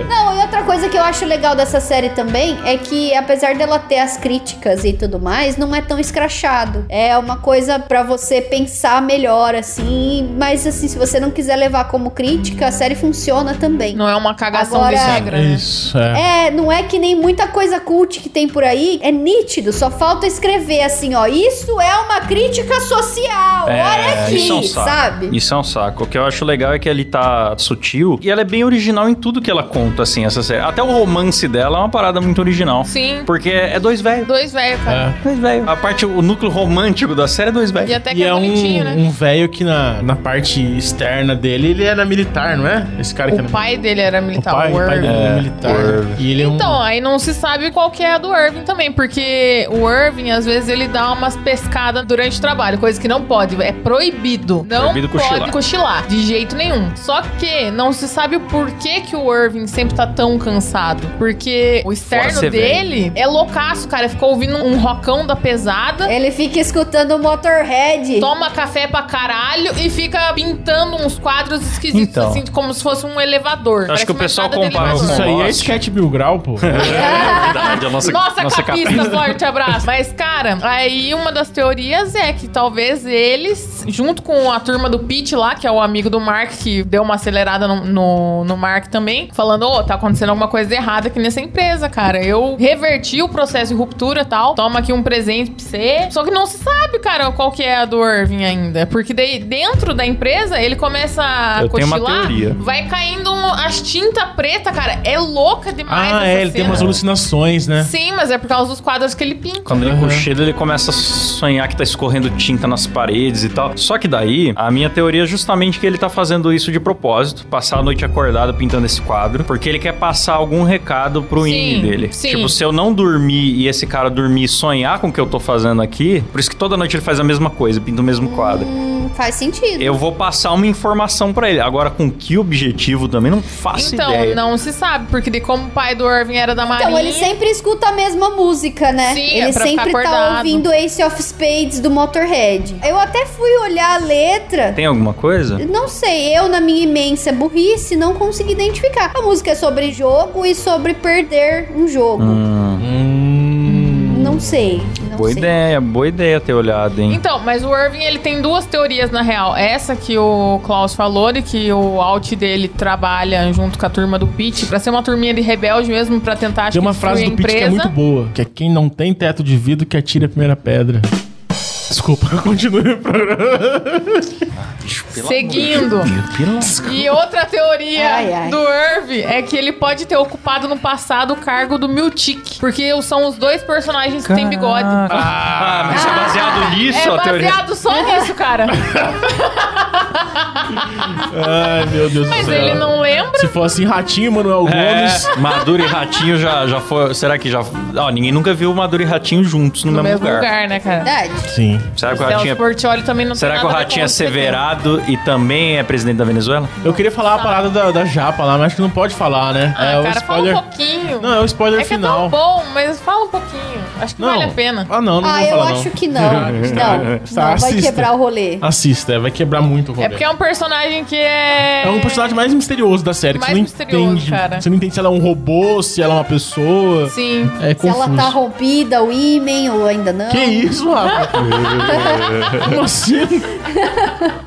[SPEAKER 4] Não, e outra coisa que eu acho legal dessa série também é que, apesar dela ter as críticas e tudo mais, não é tão escrachado. É uma coisa pra você pensar melhor, assim. Mas, assim, se você não quiser levar como crítica, a série funciona também.
[SPEAKER 2] Não é uma cagação
[SPEAKER 4] Agora-
[SPEAKER 2] de regra,
[SPEAKER 3] É
[SPEAKER 2] né?
[SPEAKER 3] isso, é.
[SPEAKER 4] É, não é que nem muita coisa cult que tem por aí. É nítido, só falta escrever assim, ó. Isso é uma crítica social.
[SPEAKER 1] É,
[SPEAKER 4] Olha aqui,
[SPEAKER 1] isso é um saco.
[SPEAKER 4] sabe?
[SPEAKER 1] Isso é um saco. O que eu acho legal é que ele tá sutil e ela é bem original em tudo que ela conta, assim, essa série. Até o romance dela é uma parada muito original.
[SPEAKER 2] Sim.
[SPEAKER 1] Porque é dois velhos.
[SPEAKER 2] Dois velhos, cara.
[SPEAKER 3] É.
[SPEAKER 1] Dois velhos. A parte, o núcleo romântico da série é dois
[SPEAKER 2] E
[SPEAKER 1] velhos.
[SPEAKER 2] até que
[SPEAKER 3] E
[SPEAKER 2] é,
[SPEAKER 3] é
[SPEAKER 2] bonitinho,
[SPEAKER 3] um,
[SPEAKER 2] né?
[SPEAKER 3] um velho que na, na parte externa dele, ele era militar, não é? Esse cara que
[SPEAKER 2] O
[SPEAKER 3] era
[SPEAKER 2] pai dele era militar.
[SPEAKER 3] o pai, o
[SPEAKER 2] Irving.
[SPEAKER 3] pai dele era
[SPEAKER 1] É,
[SPEAKER 3] militar.
[SPEAKER 1] Irving.
[SPEAKER 3] E ele é um...
[SPEAKER 2] Então, aí não se sabe qual que é a do Irving também, porque o Irving, às vezes, ele dá umas pescadas durante o trabalho, coisa que não pode, é proibido. Não
[SPEAKER 1] Proibido
[SPEAKER 2] pode
[SPEAKER 1] cochilar.
[SPEAKER 2] cochilar, de jeito nenhum. Só que não se sabe o porquê que o Irving sempre tá tão cansado, porque o externo
[SPEAKER 1] ser
[SPEAKER 2] dele é loucaço, cara, ficou ouvindo um rocão da pesada.
[SPEAKER 4] Ele fica escutando o Motorhead.
[SPEAKER 2] Toma café pra caralho e fica pintando uns quadros esquisitos,
[SPEAKER 1] Então.
[SPEAKER 2] assim, como se fosse um elevador.
[SPEAKER 1] Acho que o
[SPEAKER 2] uma
[SPEAKER 1] pessoal
[SPEAKER 2] entrada de
[SPEAKER 1] compara
[SPEAKER 2] elevador.
[SPEAKER 1] com
[SPEAKER 3] Isso aí é
[SPEAKER 1] Nossa.
[SPEAKER 3] sketch Bill Grau, pô.
[SPEAKER 1] verdade, a nossa,
[SPEAKER 2] Nossa, capista, sorte, abraço. Mas, cara, aí uma das teorias é que talvez eles, junto com a turma do Pete lá, que é o amigo do Mark, que deu uma acelerada no, no, no Mark também, falando, ô, tá acontecendo alguma coisa errada aqui nessa empresa, cara. Eu reverti o processo de ruptura e tal, toma aqui um presente pra você. Só que não se sabe, cara, qual que é a do Irving ainda. Porque daí, dentro da empresa, ele começa a
[SPEAKER 1] Eu tenho uma
[SPEAKER 2] cochilar,
[SPEAKER 1] teoria.
[SPEAKER 2] vai caindo um- as tinta preta, cara. É louca demais
[SPEAKER 3] ah,
[SPEAKER 2] essa
[SPEAKER 3] é, ele tem
[SPEAKER 2] cena.
[SPEAKER 3] umas alucinações, né?
[SPEAKER 2] Sim, mas é por causa dos quadros que ele pinta.
[SPEAKER 1] Quando ele
[SPEAKER 3] Aham.
[SPEAKER 1] cochila, ele começa a sonhar que tá escorrendo tinta nas paredes e tal. Só que daí, a minha teoria é justamente que ele tá fazendo isso de propósito, passar a noite acordado pintando esse quadro, porque ele quer passar algum recado pro
[SPEAKER 2] Sim,
[SPEAKER 1] INI dele.
[SPEAKER 2] sim.
[SPEAKER 1] Tipo, se eu não dormir e esse cara dormir e sonhar com o que eu tô fazendo aqui, por isso que toda noite ele faz a mesma coisa, pinta o
[SPEAKER 2] um
[SPEAKER 1] mesmo um quadro.
[SPEAKER 4] Hum, faz sentido.
[SPEAKER 1] Eu vou passar uma informação pra ele. Agora, com que objetivo também, não faço
[SPEAKER 2] Então,
[SPEAKER 1] ideia.
[SPEAKER 2] não se sabe, porque de como o pai do Irving era da Marinha...
[SPEAKER 4] Então, ele sempre escuta a mesma música, né?
[SPEAKER 2] Sim, é
[SPEAKER 4] ele
[SPEAKER 2] pra
[SPEAKER 4] sempre
[SPEAKER 2] ficar
[SPEAKER 4] tá
[SPEAKER 2] acordado.
[SPEAKER 4] ouvindo Ace of Spades do Motorhead. Eu até fui olhar a letra.
[SPEAKER 1] Tem alguma coisa?
[SPEAKER 4] Não sei, eu, na minha imensa burrice, não consegui identificar. A música é sobre jogo e sobre perder um jogo.
[SPEAKER 1] Hum,
[SPEAKER 3] Hum...
[SPEAKER 4] Não sei. Não
[SPEAKER 1] boa
[SPEAKER 4] sei.
[SPEAKER 1] ideia, boa ideia ter olhado, hein?
[SPEAKER 2] Então, mas o Irving, ele tem duas teorias, na real. Essa que o Klaus falou, de que o alt dele trabalha junto com a turma do Pete, pra ser uma turminha de rebelde mesmo, pra tentar acho
[SPEAKER 3] Tem uma
[SPEAKER 2] que,
[SPEAKER 3] frase do
[SPEAKER 2] destruir
[SPEAKER 3] Pete
[SPEAKER 2] a
[SPEAKER 3] que é
[SPEAKER 2] empresa.
[SPEAKER 3] muito boa, que é quem não tem teto de vidro que atira a primeira pedra. Desculpa, continue o programa.
[SPEAKER 2] Seguindo. E outra teoria
[SPEAKER 4] Ai, ai.
[SPEAKER 2] do Irv é que ele pode ter ocupado no passado o cargo do Miltic, porque são os dois personagens que têm bigode.
[SPEAKER 1] Ah, mas é baseado nisso,
[SPEAKER 2] é
[SPEAKER 1] a teoria.
[SPEAKER 2] baseado só nisso, cara.
[SPEAKER 3] Ai, meu Deus
[SPEAKER 2] Mas
[SPEAKER 3] do céu.
[SPEAKER 2] ele não lembra.
[SPEAKER 3] Se fosse Ratinho, Manuel Gomes...
[SPEAKER 1] É, Maduro e Ratinho já, já foi. Será que já. Ó, ninguém nunca viu Maduro e Ratinho juntos no,
[SPEAKER 2] No
[SPEAKER 1] mesmo,
[SPEAKER 2] mesmo
[SPEAKER 1] lugar.
[SPEAKER 2] lugar, né, cara?
[SPEAKER 4] Verdade.
[SPEAKER 3] Sim.
[SPEAKER 1] Será que o
[SPEAKER 2] Celso
[SPEAKER 1] Ratinho é.
[SPEAKER 2] Portiolli também não tem
[SPEAKER 1] Será que o
[SPEAKER 2] nada a ver
[SPEAKER 1] Ratinho é
[SPEAKER 2] com o PT.
[SPEAKER 1] severado e também é presidente da Venezuela?
[SPEAKER 3] Eu queria falar a parada da, da japa lá, mas acho que não pode falar, né?
[SPEAKER 2] Tá. Ah,
[SPEAKER 3] é
[SPEAKER 2] cara,
[SPEAKER 3] o spoiler.
[SPEAKER 2] fala um pouquinho.
[SPEAKER 3] Não, é o spoiler
[SPEAKER 2] é que é
[SPEAKER 3] final.
[SPEAKER 2] tão bom, mas fala um pouquinho. Acho que
[SPEAKER 3] não.
[SPEAKER 2] vale a pena.
[SPEAKER 3] Ah, não, não
[SPEAKER 4] Ah,
[SPEAKER 3] vou
[SPEAKER 4] eu
[SPEAKER 3] falar,
[SPEAKER 4] acho
[SPEAKER 3] não.
[SPEAKER 4] que não. Não,
[SPEAKER 3] Tá,
[SPEAKER 4] não vai
[SPEAKER 3] assista. Ah,
[SPEAKER 4] quebrar o rolê.
[SPEAKER 3] Assista, é, vai quebrar muito o rolê.
[SPEAKER 2] É porque é um personagem que é.
[SPEAKER 3] É um personagem mais misterioso da série. que
[SPEAKER 2] Mais
[SPEAKER 3] você não
[SPEAKER 2] misterioso,
[SPEAKER 3] entende.
[SPEAKER 2] cara.
[SPEAKER 3] Você não entende se ela é um robô, se ela é uma pessoa.
[SPEAKER 2] Sim.
[SPEAKER 3] É
[SPEAKER 4] Se
[SPEAKER 3] confuso.
[SPEAKER 4] ela tá rompida, o imen ou ainda não.
[SPEAKER 3] Que isso, Rafa? Como assim?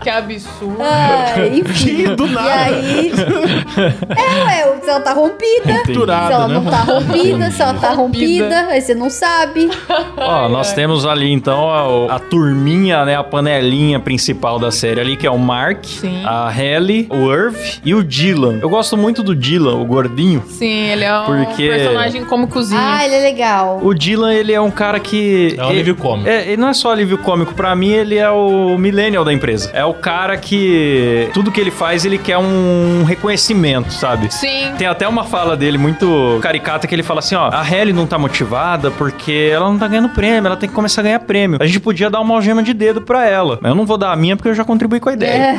[SPEAKER 2] Que é absurdo.
[SPEAKER 4] Ah, enfim.
[SPEAKER 3] Que do
[SPEAKER 4] E
[SPEAKER 3] nada.
[SPEAKER 4] aí. É, ué, se ela tá rompida. Se ela
[SPEAKER 3] Capturada,
[SPEAKER 4] não
[SPEAKER 3] né?
[SPEAKER 4] tá rompida, se ela tá
[SPEAKER 2] Rompida.
[SPEAKER 4] rompida, aí você não sabe.
[SPEAKER 1] Ó, nós temos ali então a, a turminha, né? A panelinha principal da série ali, que é o Mark,
[SPEAKER 2] Sim.
[SPEAKER 1] a Halle, o Irv e o Dylan. Eu gosto muito do Dylan, o gordinho.
[SPEAKER 2] Sim, ele é um
[SPEAKER 1] Porque-
[SPEAKER 2] personagem como cozinha.
[SPEAKER 4] Ah, ele é legal.
[SPEAKER 1] O Dylan, ele é um cara que.
[SPEAKER 3] É um alívio cômico.
[SPEAKER 1] É, ele não é só alívio cômico, pra mim ele é o millennial da empresa. É o cara que. Tudo que ele faz, ele quer um reconhecimento, sabe?
[SPEAKER 2] Sim.
[SPEAKER 1] Tem até uma fala dele muito caricata que ele fala assim: ó, a Halle não tá motivada porque ela não tá ganhando prêmio, ela tem que começar a ganhar prêmio. A gente podia dar uma algema de dedo pra ela, mas eu não vou dar a minha porque eu já contribuí com a ideia.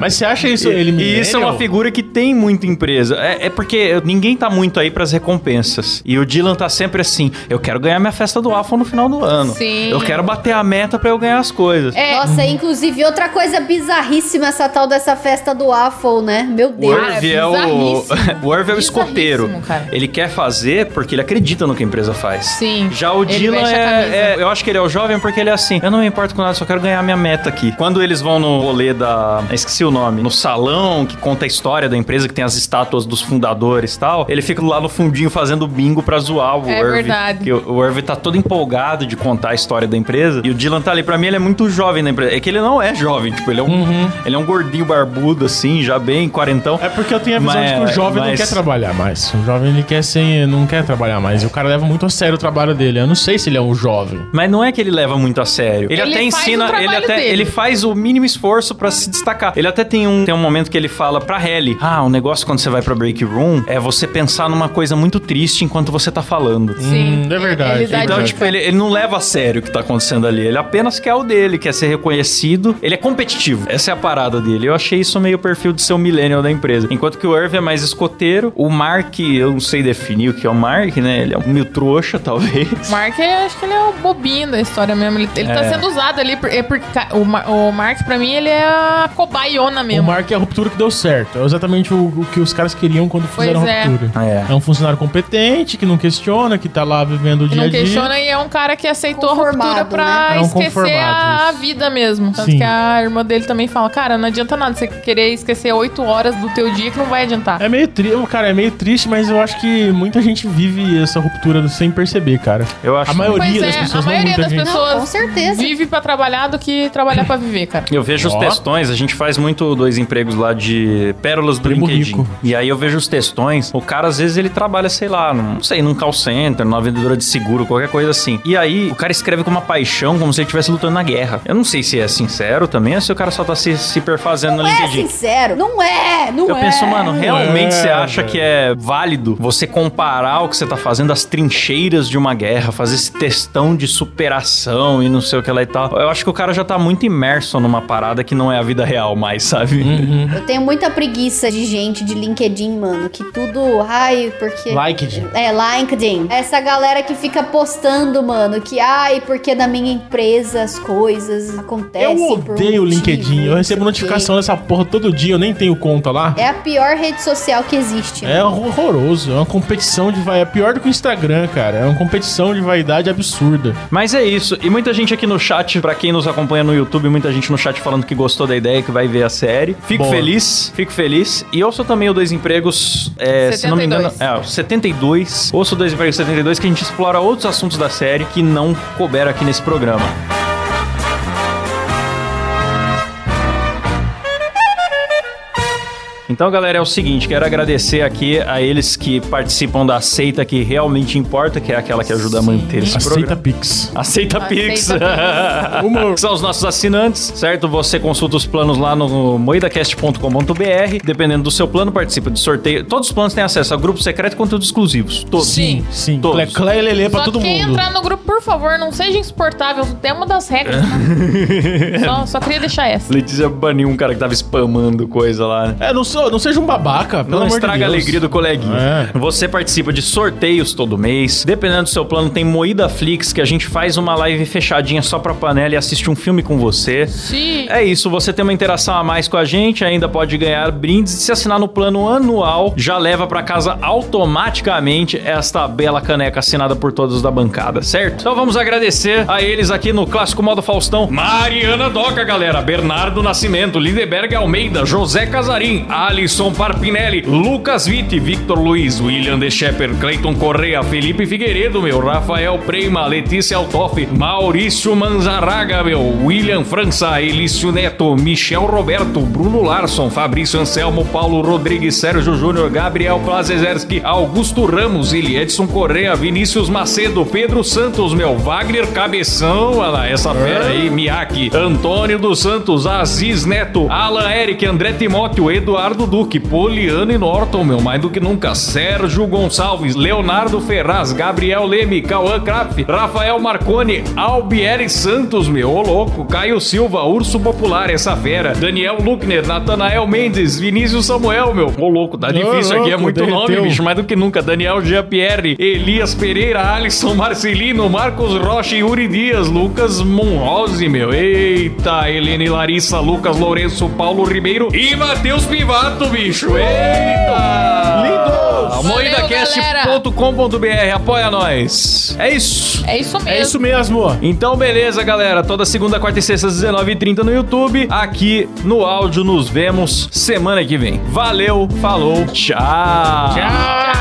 [SPEAKER 3] Mas você acha isso
[SPEAKER 1] E-
[SPEAKER 3] ele
[SPEAKER 1] e isso é uma
[SPEAKER 3] millennial?
[SPEAKER 1] figura que tem muita empresa. É, é porque ninguém tá muito aí pras recompensas. E o Dylan tá sempre assim: eu quero ganhar minha festa do AFA no final do ano.
[SPEAKER 2] Sim.
[SPEAKER 1] Eu quero bater a meta pra eu ganhar as coisas.
[SPEAKER 2] É.
[SPEAKER 4] Nossa, inclusive, outra coisa bizarríssima essa tal dessa festa do Waffle, né? Meu
[SPEAKER 1] O
[SPEAKER 4] Deus.
[SPEAKER 2] Cara,
[SPEAKER 1] Irv é o. O
[SPEAKER 2] bizarríssimo.
[SPEAKER 1] Irv é o
[SPEAKER 2] Bizarríssimo,
[SPEAKER 1] escoteiro.
[SPEAKER 2] cara.
[SPEAKER 1] Ele quer fazer porque ele acredita no que a empresa faz.
[SPEAKER 2] Sim.
[SPEAKER 1] Já o
[SPEAKER 2] Ele
[SPEAKER 1] Dylan
[SPEAKER 2] veste a camisa.
[SPEAKER 1] é, é- Eu acho que ele é o jovem porque ele é assim. Eu não me importo com nada, só quero ganhar minha meta aqui. Quando eles vão no rolê da. Esqueci o nome. No salão que conta a história da empresa, que tem as estátuas dos fundadores e tal. Ele fica lá no fundinho fazendo bingo pra zoar o
[SPEAKER 2] É
[SPEAKER 1] Irv.
[SPEAKER 2] verdade.
[SPEAKER 1] Que o, o Irv tá todo empolgado de contar a história da empresa. E o Dylan tá ali. Pra mim, ele é muito jovem na empresa. É que ele não é jovem, tipo, ele é um.
[SPEAKER 2] Uhum.
[SPEAKER 1] Ele é um gordinho barbudo, assim, já bem quarentão.
[SPEAKER 3] É porque eu tenho a visão
[SPEAKER 1] Mas-
[SPEAKER 3] de que o jovem
[SPEAKER 1] mas-
[SPEAKER 3] não quer trabalhar mais. O jovem ele quer sem, não quer trabalhar mais. E o cara leva muito a sério o trabalho dele. Eu não sei se ele é um jovem.
[SPEAKER 1] Mas não é que ele leva muito a sério. Ele,
[SPEAKER 2] Ele
[SPEAKER 1] até
[SPEAKER 2] faz o
[SPEAKER 1] ensina,
[SPEAKER 2] trabalho
[SPEAKER 1] ele até
[SPEAKER 2] dele.
[SPEAKER 1] ele faz o mínimo esforço pra se destacar. Ele até tem um, tem um momento que ele fala pra Helly: "Ah, o negócio quando você vai pra break room é você pensar numa coisa muito triste enquanto você tá falando".
[SPEAKER 2] Sim.
[SPEAKER 3] Hum, é verdade.
[SPEAKER 2] Ele dá
[SPEAKER 3] Então,
[SPEAKER 1] Então,
[SPEAKER 2] dica.
[SPEAKER 1] tipo, ele, ele não leva a sério o que tá acontecendo ali. Ele apenas quer o dele, quer ser reconhecido. Ele é competitivo. Essa é a parada dele. Eu achei isso meio o perfil de ser o millennial da empresa. Enquanto que o Irv é mais escoteiro, o Mark, eu não sei definir o que é o Mark, né? Ele é um meio trouxa, talvez.
[SPEAKER 2] O Mark, ele- acho que ele é o bobinho da história mesmo. Ele, ele tá
[SPEAKER 1] tipo- É.
[SPEAKER 2] sendo usado ali. Por, é porque ca- o, Mar- o Mark, pra mim, ele é a cobaiona
[SPEAKER 3] O
[SPEAKER 2] mesmo.
[SPEAKER 3] Mark é a ruptura que deu certo. É exatamente o, o que os caras queriam quando
[SPEAKER 2] Pois
[SPEAKER 3] fizeram
[SPEAKER 2] é.
[SPEAKER 3] a ruptura.
[SPEAKER 1] É.
[SPEAKER 3] um funcionário competente, que não questiona, que tá lá vivendo o
[SPEAKER 2] Que
[SPEAKER 3] dia a
[SPEAKER 2] não
[SPEAKER 3] dia.
[SPEAKER 2] questiona e é um cara que aceitou a
[SPEAKER 4] Conformado,
[SPEAKER 2] ruptura pra
[SPEAKER 3] né? É um
[SPEAKER 2] esquecer
[SPEAKER 3] conformado,
[SPEAKER 2] a
[SPEAKER 3] isso.
[SPEAKER 2] vida mesmo. Tanto
[SPEAKER 3] Sim.
[SPEAKER 2] que a irmã dele também fala, cara, não adianta nada você querer esquecer oito horas do teu dia que não vai adiantar.
[SPEAKER 3] É meio triste, cara, é meio triste, mas eu acho que muita gente vive essa ruptura sem perceber, cara.
[SPEAKER 1] Eu acho
[SPEAKER 3] A maioria
[SPEAKER 2] Pois
[SPEAKER 3] das
[SPEAKER 2] é,
[SPEAKER 3] pessoas,
[SPEAKER 2] a
[SPEAKER 3] não
[SPEAKER 2] maioria
[SPEAKER 3] muita
[SPEAKER 2] das
[SPEAKER 3] gente.
[SPEAKER 2] pessoas
[SPEAKER 4] Não, com certeza.
[SPEAKER 2] vive pra trabalhar do que trabalhar pra viver, cara.
[SPEAKER 1] Eu vejo os
[SPEAKER 3] Ó.
[SPEAKER 1] textões, a gente faz muito dois empregos lá de pérolas do
[SPEAKER 3] Primo
[SPEAKER 1] LinkedIn.
[SPEAKER 3] rico.
[SPEAKER 1] E aí eu vejo os textões, o cara às vezes ele trabalha, sei lá, num, não sei, num call center, numa vendedora de seguro, qualquer coisa assim. E aí o cara escreve com uma paixão, como se ele estivesse lutando na guerra. Eu não sei se é sincero também, ou se o cara só tá se, se perfazendo no
[SPEAKER 4] Não é
[SPEAKER 1] LinkedIn.
[SPEAKER 4] sincero. Não é, não
[SPEAKER 1] Eu
[SPEAKER 4] é.
[SPEAKER 1] penso, mano, realmente
[SPEAKER 3] é,
[SPEAKER 1] você acha
[SPEAKER 3] velho.
[SPEAKER 1] que é válido você comparar o que você tá fazendo às trincheiras de uma guerra, fazer esse textão de superação e não sei o que lá e tal? Eu acho que o cara já tá muito imerso numa parada que não é a vida real mais, sabe?
[SPEAKER 4] Eu tenho muita preguiça de gente de LinkedIn, mano. Que tudo. Ai, porque.
[SPEAKER 3] Liked.
[SPEAKER 4] É, LinkedIn. Essa galera que fica postando, mano, que ai, porque na minha empresa as coisas acontecem.
[SPEAKER 3] Eu
[SPEAKER 4] por um
[SPEAKER 3] odeio o
[SPEAKER 4] motivo,
[SPEAKER 3] LinkedIn. Eu
[SPEAKER 4] não
[SPEAKER 3] recebo
[SPEAKER 4] sei o
[SPEAKER 3] notificação dessa porra todo dia, eu nem tenho conta lá.
[SPEAKER 4] quê. É a pior rede social que existe.
[SPEAKER 3] É horroroso, é uma competição de vai, é pior do que o Instagram, cara. É uma competição de vaidade absurda.
[SPEAKER 1] Mas é isso. E muita gente aqui no chat, pra quem nos acompanha no YouTube, muita gente no chat falando que gostou da ideia, que vai ver a série. Fico
[SPEAKER 3] Boa.
[SPEAKER 1] feliz, fico feliz. E ouço também o Dois Empregos, é, se não me engano,
[SPEAKER 2] 72.
[SPEAKER 1] é, o 72. Ouço o Dois Empregos 72, que a gente explora outros assuntos da série que não couberam aqui nesse programa. Então, galera, é o seguinte, quero agradecer aqui a eles que participam da seita que realmente importa, que é aquela que ajuda a manter esse programa.
[SPEAKER 3] Aceita Pix.
[SPEAKER 1] Aceita Pix.
[SPEAKER 2] Aceita
[SPEAKER 3] Humor.
[SPEAKER 1] São os nossos assinantes, certo? Você consulta os planos lá no moidacast.com.br. Dependendo do seu plano, participa de sorteio. Todos os planos têm acesso a grupo secreto e conteúdos exclusivos. Todos.
[SPEAKER 3] Sim, sim.
[SPEAKER 1] Todos.
[SPEAKER 3] Cleclé e Lelê pra
[SPEAKER 2] Só
[SPEAKER 3] todo
[SPEAKER 2] quem
[SPEAKER 3] mundo.
[SPEAKER 2] entrar no grupo, por favor, não seja insuportável. Temos das regras. tá? só, só queria deixar essa.
[SPEAKER 1] Letícia baniu um cara que tava spamando coisa lá, né?
[SPEAKER 3] É, não sou, ô, não seja um babaca, pelo
[SPEAKER 1] Não
[SPEAKER 3] amor de
[SPEAKER 1] estraga a
[SPEAKER 3] Deus. É.
[SPEAKER 1] alegria do coleguinha. Você participa de sorteios todo mês. Dependendo do seu plano, tem Moída Flix, que a gente faz uma live fechadinha só pra panela e assiste um filme com você.
[SPEAKER 2] Sim.
[SPEAKER 1] É isso, você tem uma interação a mais com a gente, ainda pode ganhar brindes. Se assinar no plano anual, já leva pra casa automaticamente esta bela caneca assinada por todos da bancada, certo? Então vamos agradecer a eles aqui no Clássico Modo Faustão. Mariana Doca, galera, Bernardo Nascimento, Lindeberg Almeida, José Casarim, Alisson Parpinelli, Lucas Vitti, Victor Luiz, William De Shepper, Cleiton Correa, Felipe Figueiredo, meu, Rafael Prema, Letícia Altoff, Maurício Manzaraga, meu, William França, Elício Neto, Michel Roberto, Bruno Larson, Fabrício Anselmo, Paulo Rodrigues, Sérgio Júnior, Gabriel Plazezerski, Augusto Ramos, Ili Edson Correa, Vinícius Macedo, Pedro Santos, meu, Wagner Cabeção, olha lá, essa fera aí, Miyake, Antônio dos Santos, Aziz Neto, Alan Eric, André Timóteo, Eduardo Duque, Poliano e Norton, meu, mais do que nunca, Sérgio Gonçalves, Leonardo Ferraz, Gabriel Leme, Cauã Kraft, Rafael Marconi, Albieri Santos, meu, ô louco, Caio Silva, Urso Popular, essa fera, Daniel Luckner, Natanael Mendes, Vinícius Samuel, meu, ô louco, tá difícil aqui, é
[SPEAKER 3] louco,
[SPEAKER 1] muito nome,
[SPEAKER 3] derreteu.
[SPEAKER 1] bicho, mais do que nunca, Daniel Jean-Pierre, Elias Pereira, Alisson Marcelino, Marcos Rocha, Yuri Dias, Lucas Monrose, meu. Eita, Helene Larissa, Lucas Lourenço, Paulo Ribeiro e Matheus Pivato, bicho. Eita!
[SPEAKER 2] Lindos!
[SPEAKER 1] MoidaCast.com.br, apoia nós. É isso.
[SPEAKER 2] É isso mesmo.
[SPEAKER 3] É isso mesmo.
[SPEAKER 1] Então, beleza, galera. Toda segunda, quarta e sexta, às 19h30 no YouTube. Aqui no áudio, nos vemos semana que vem. Valeu, falou, Tchau!
[SPEAKER 3] Tchau.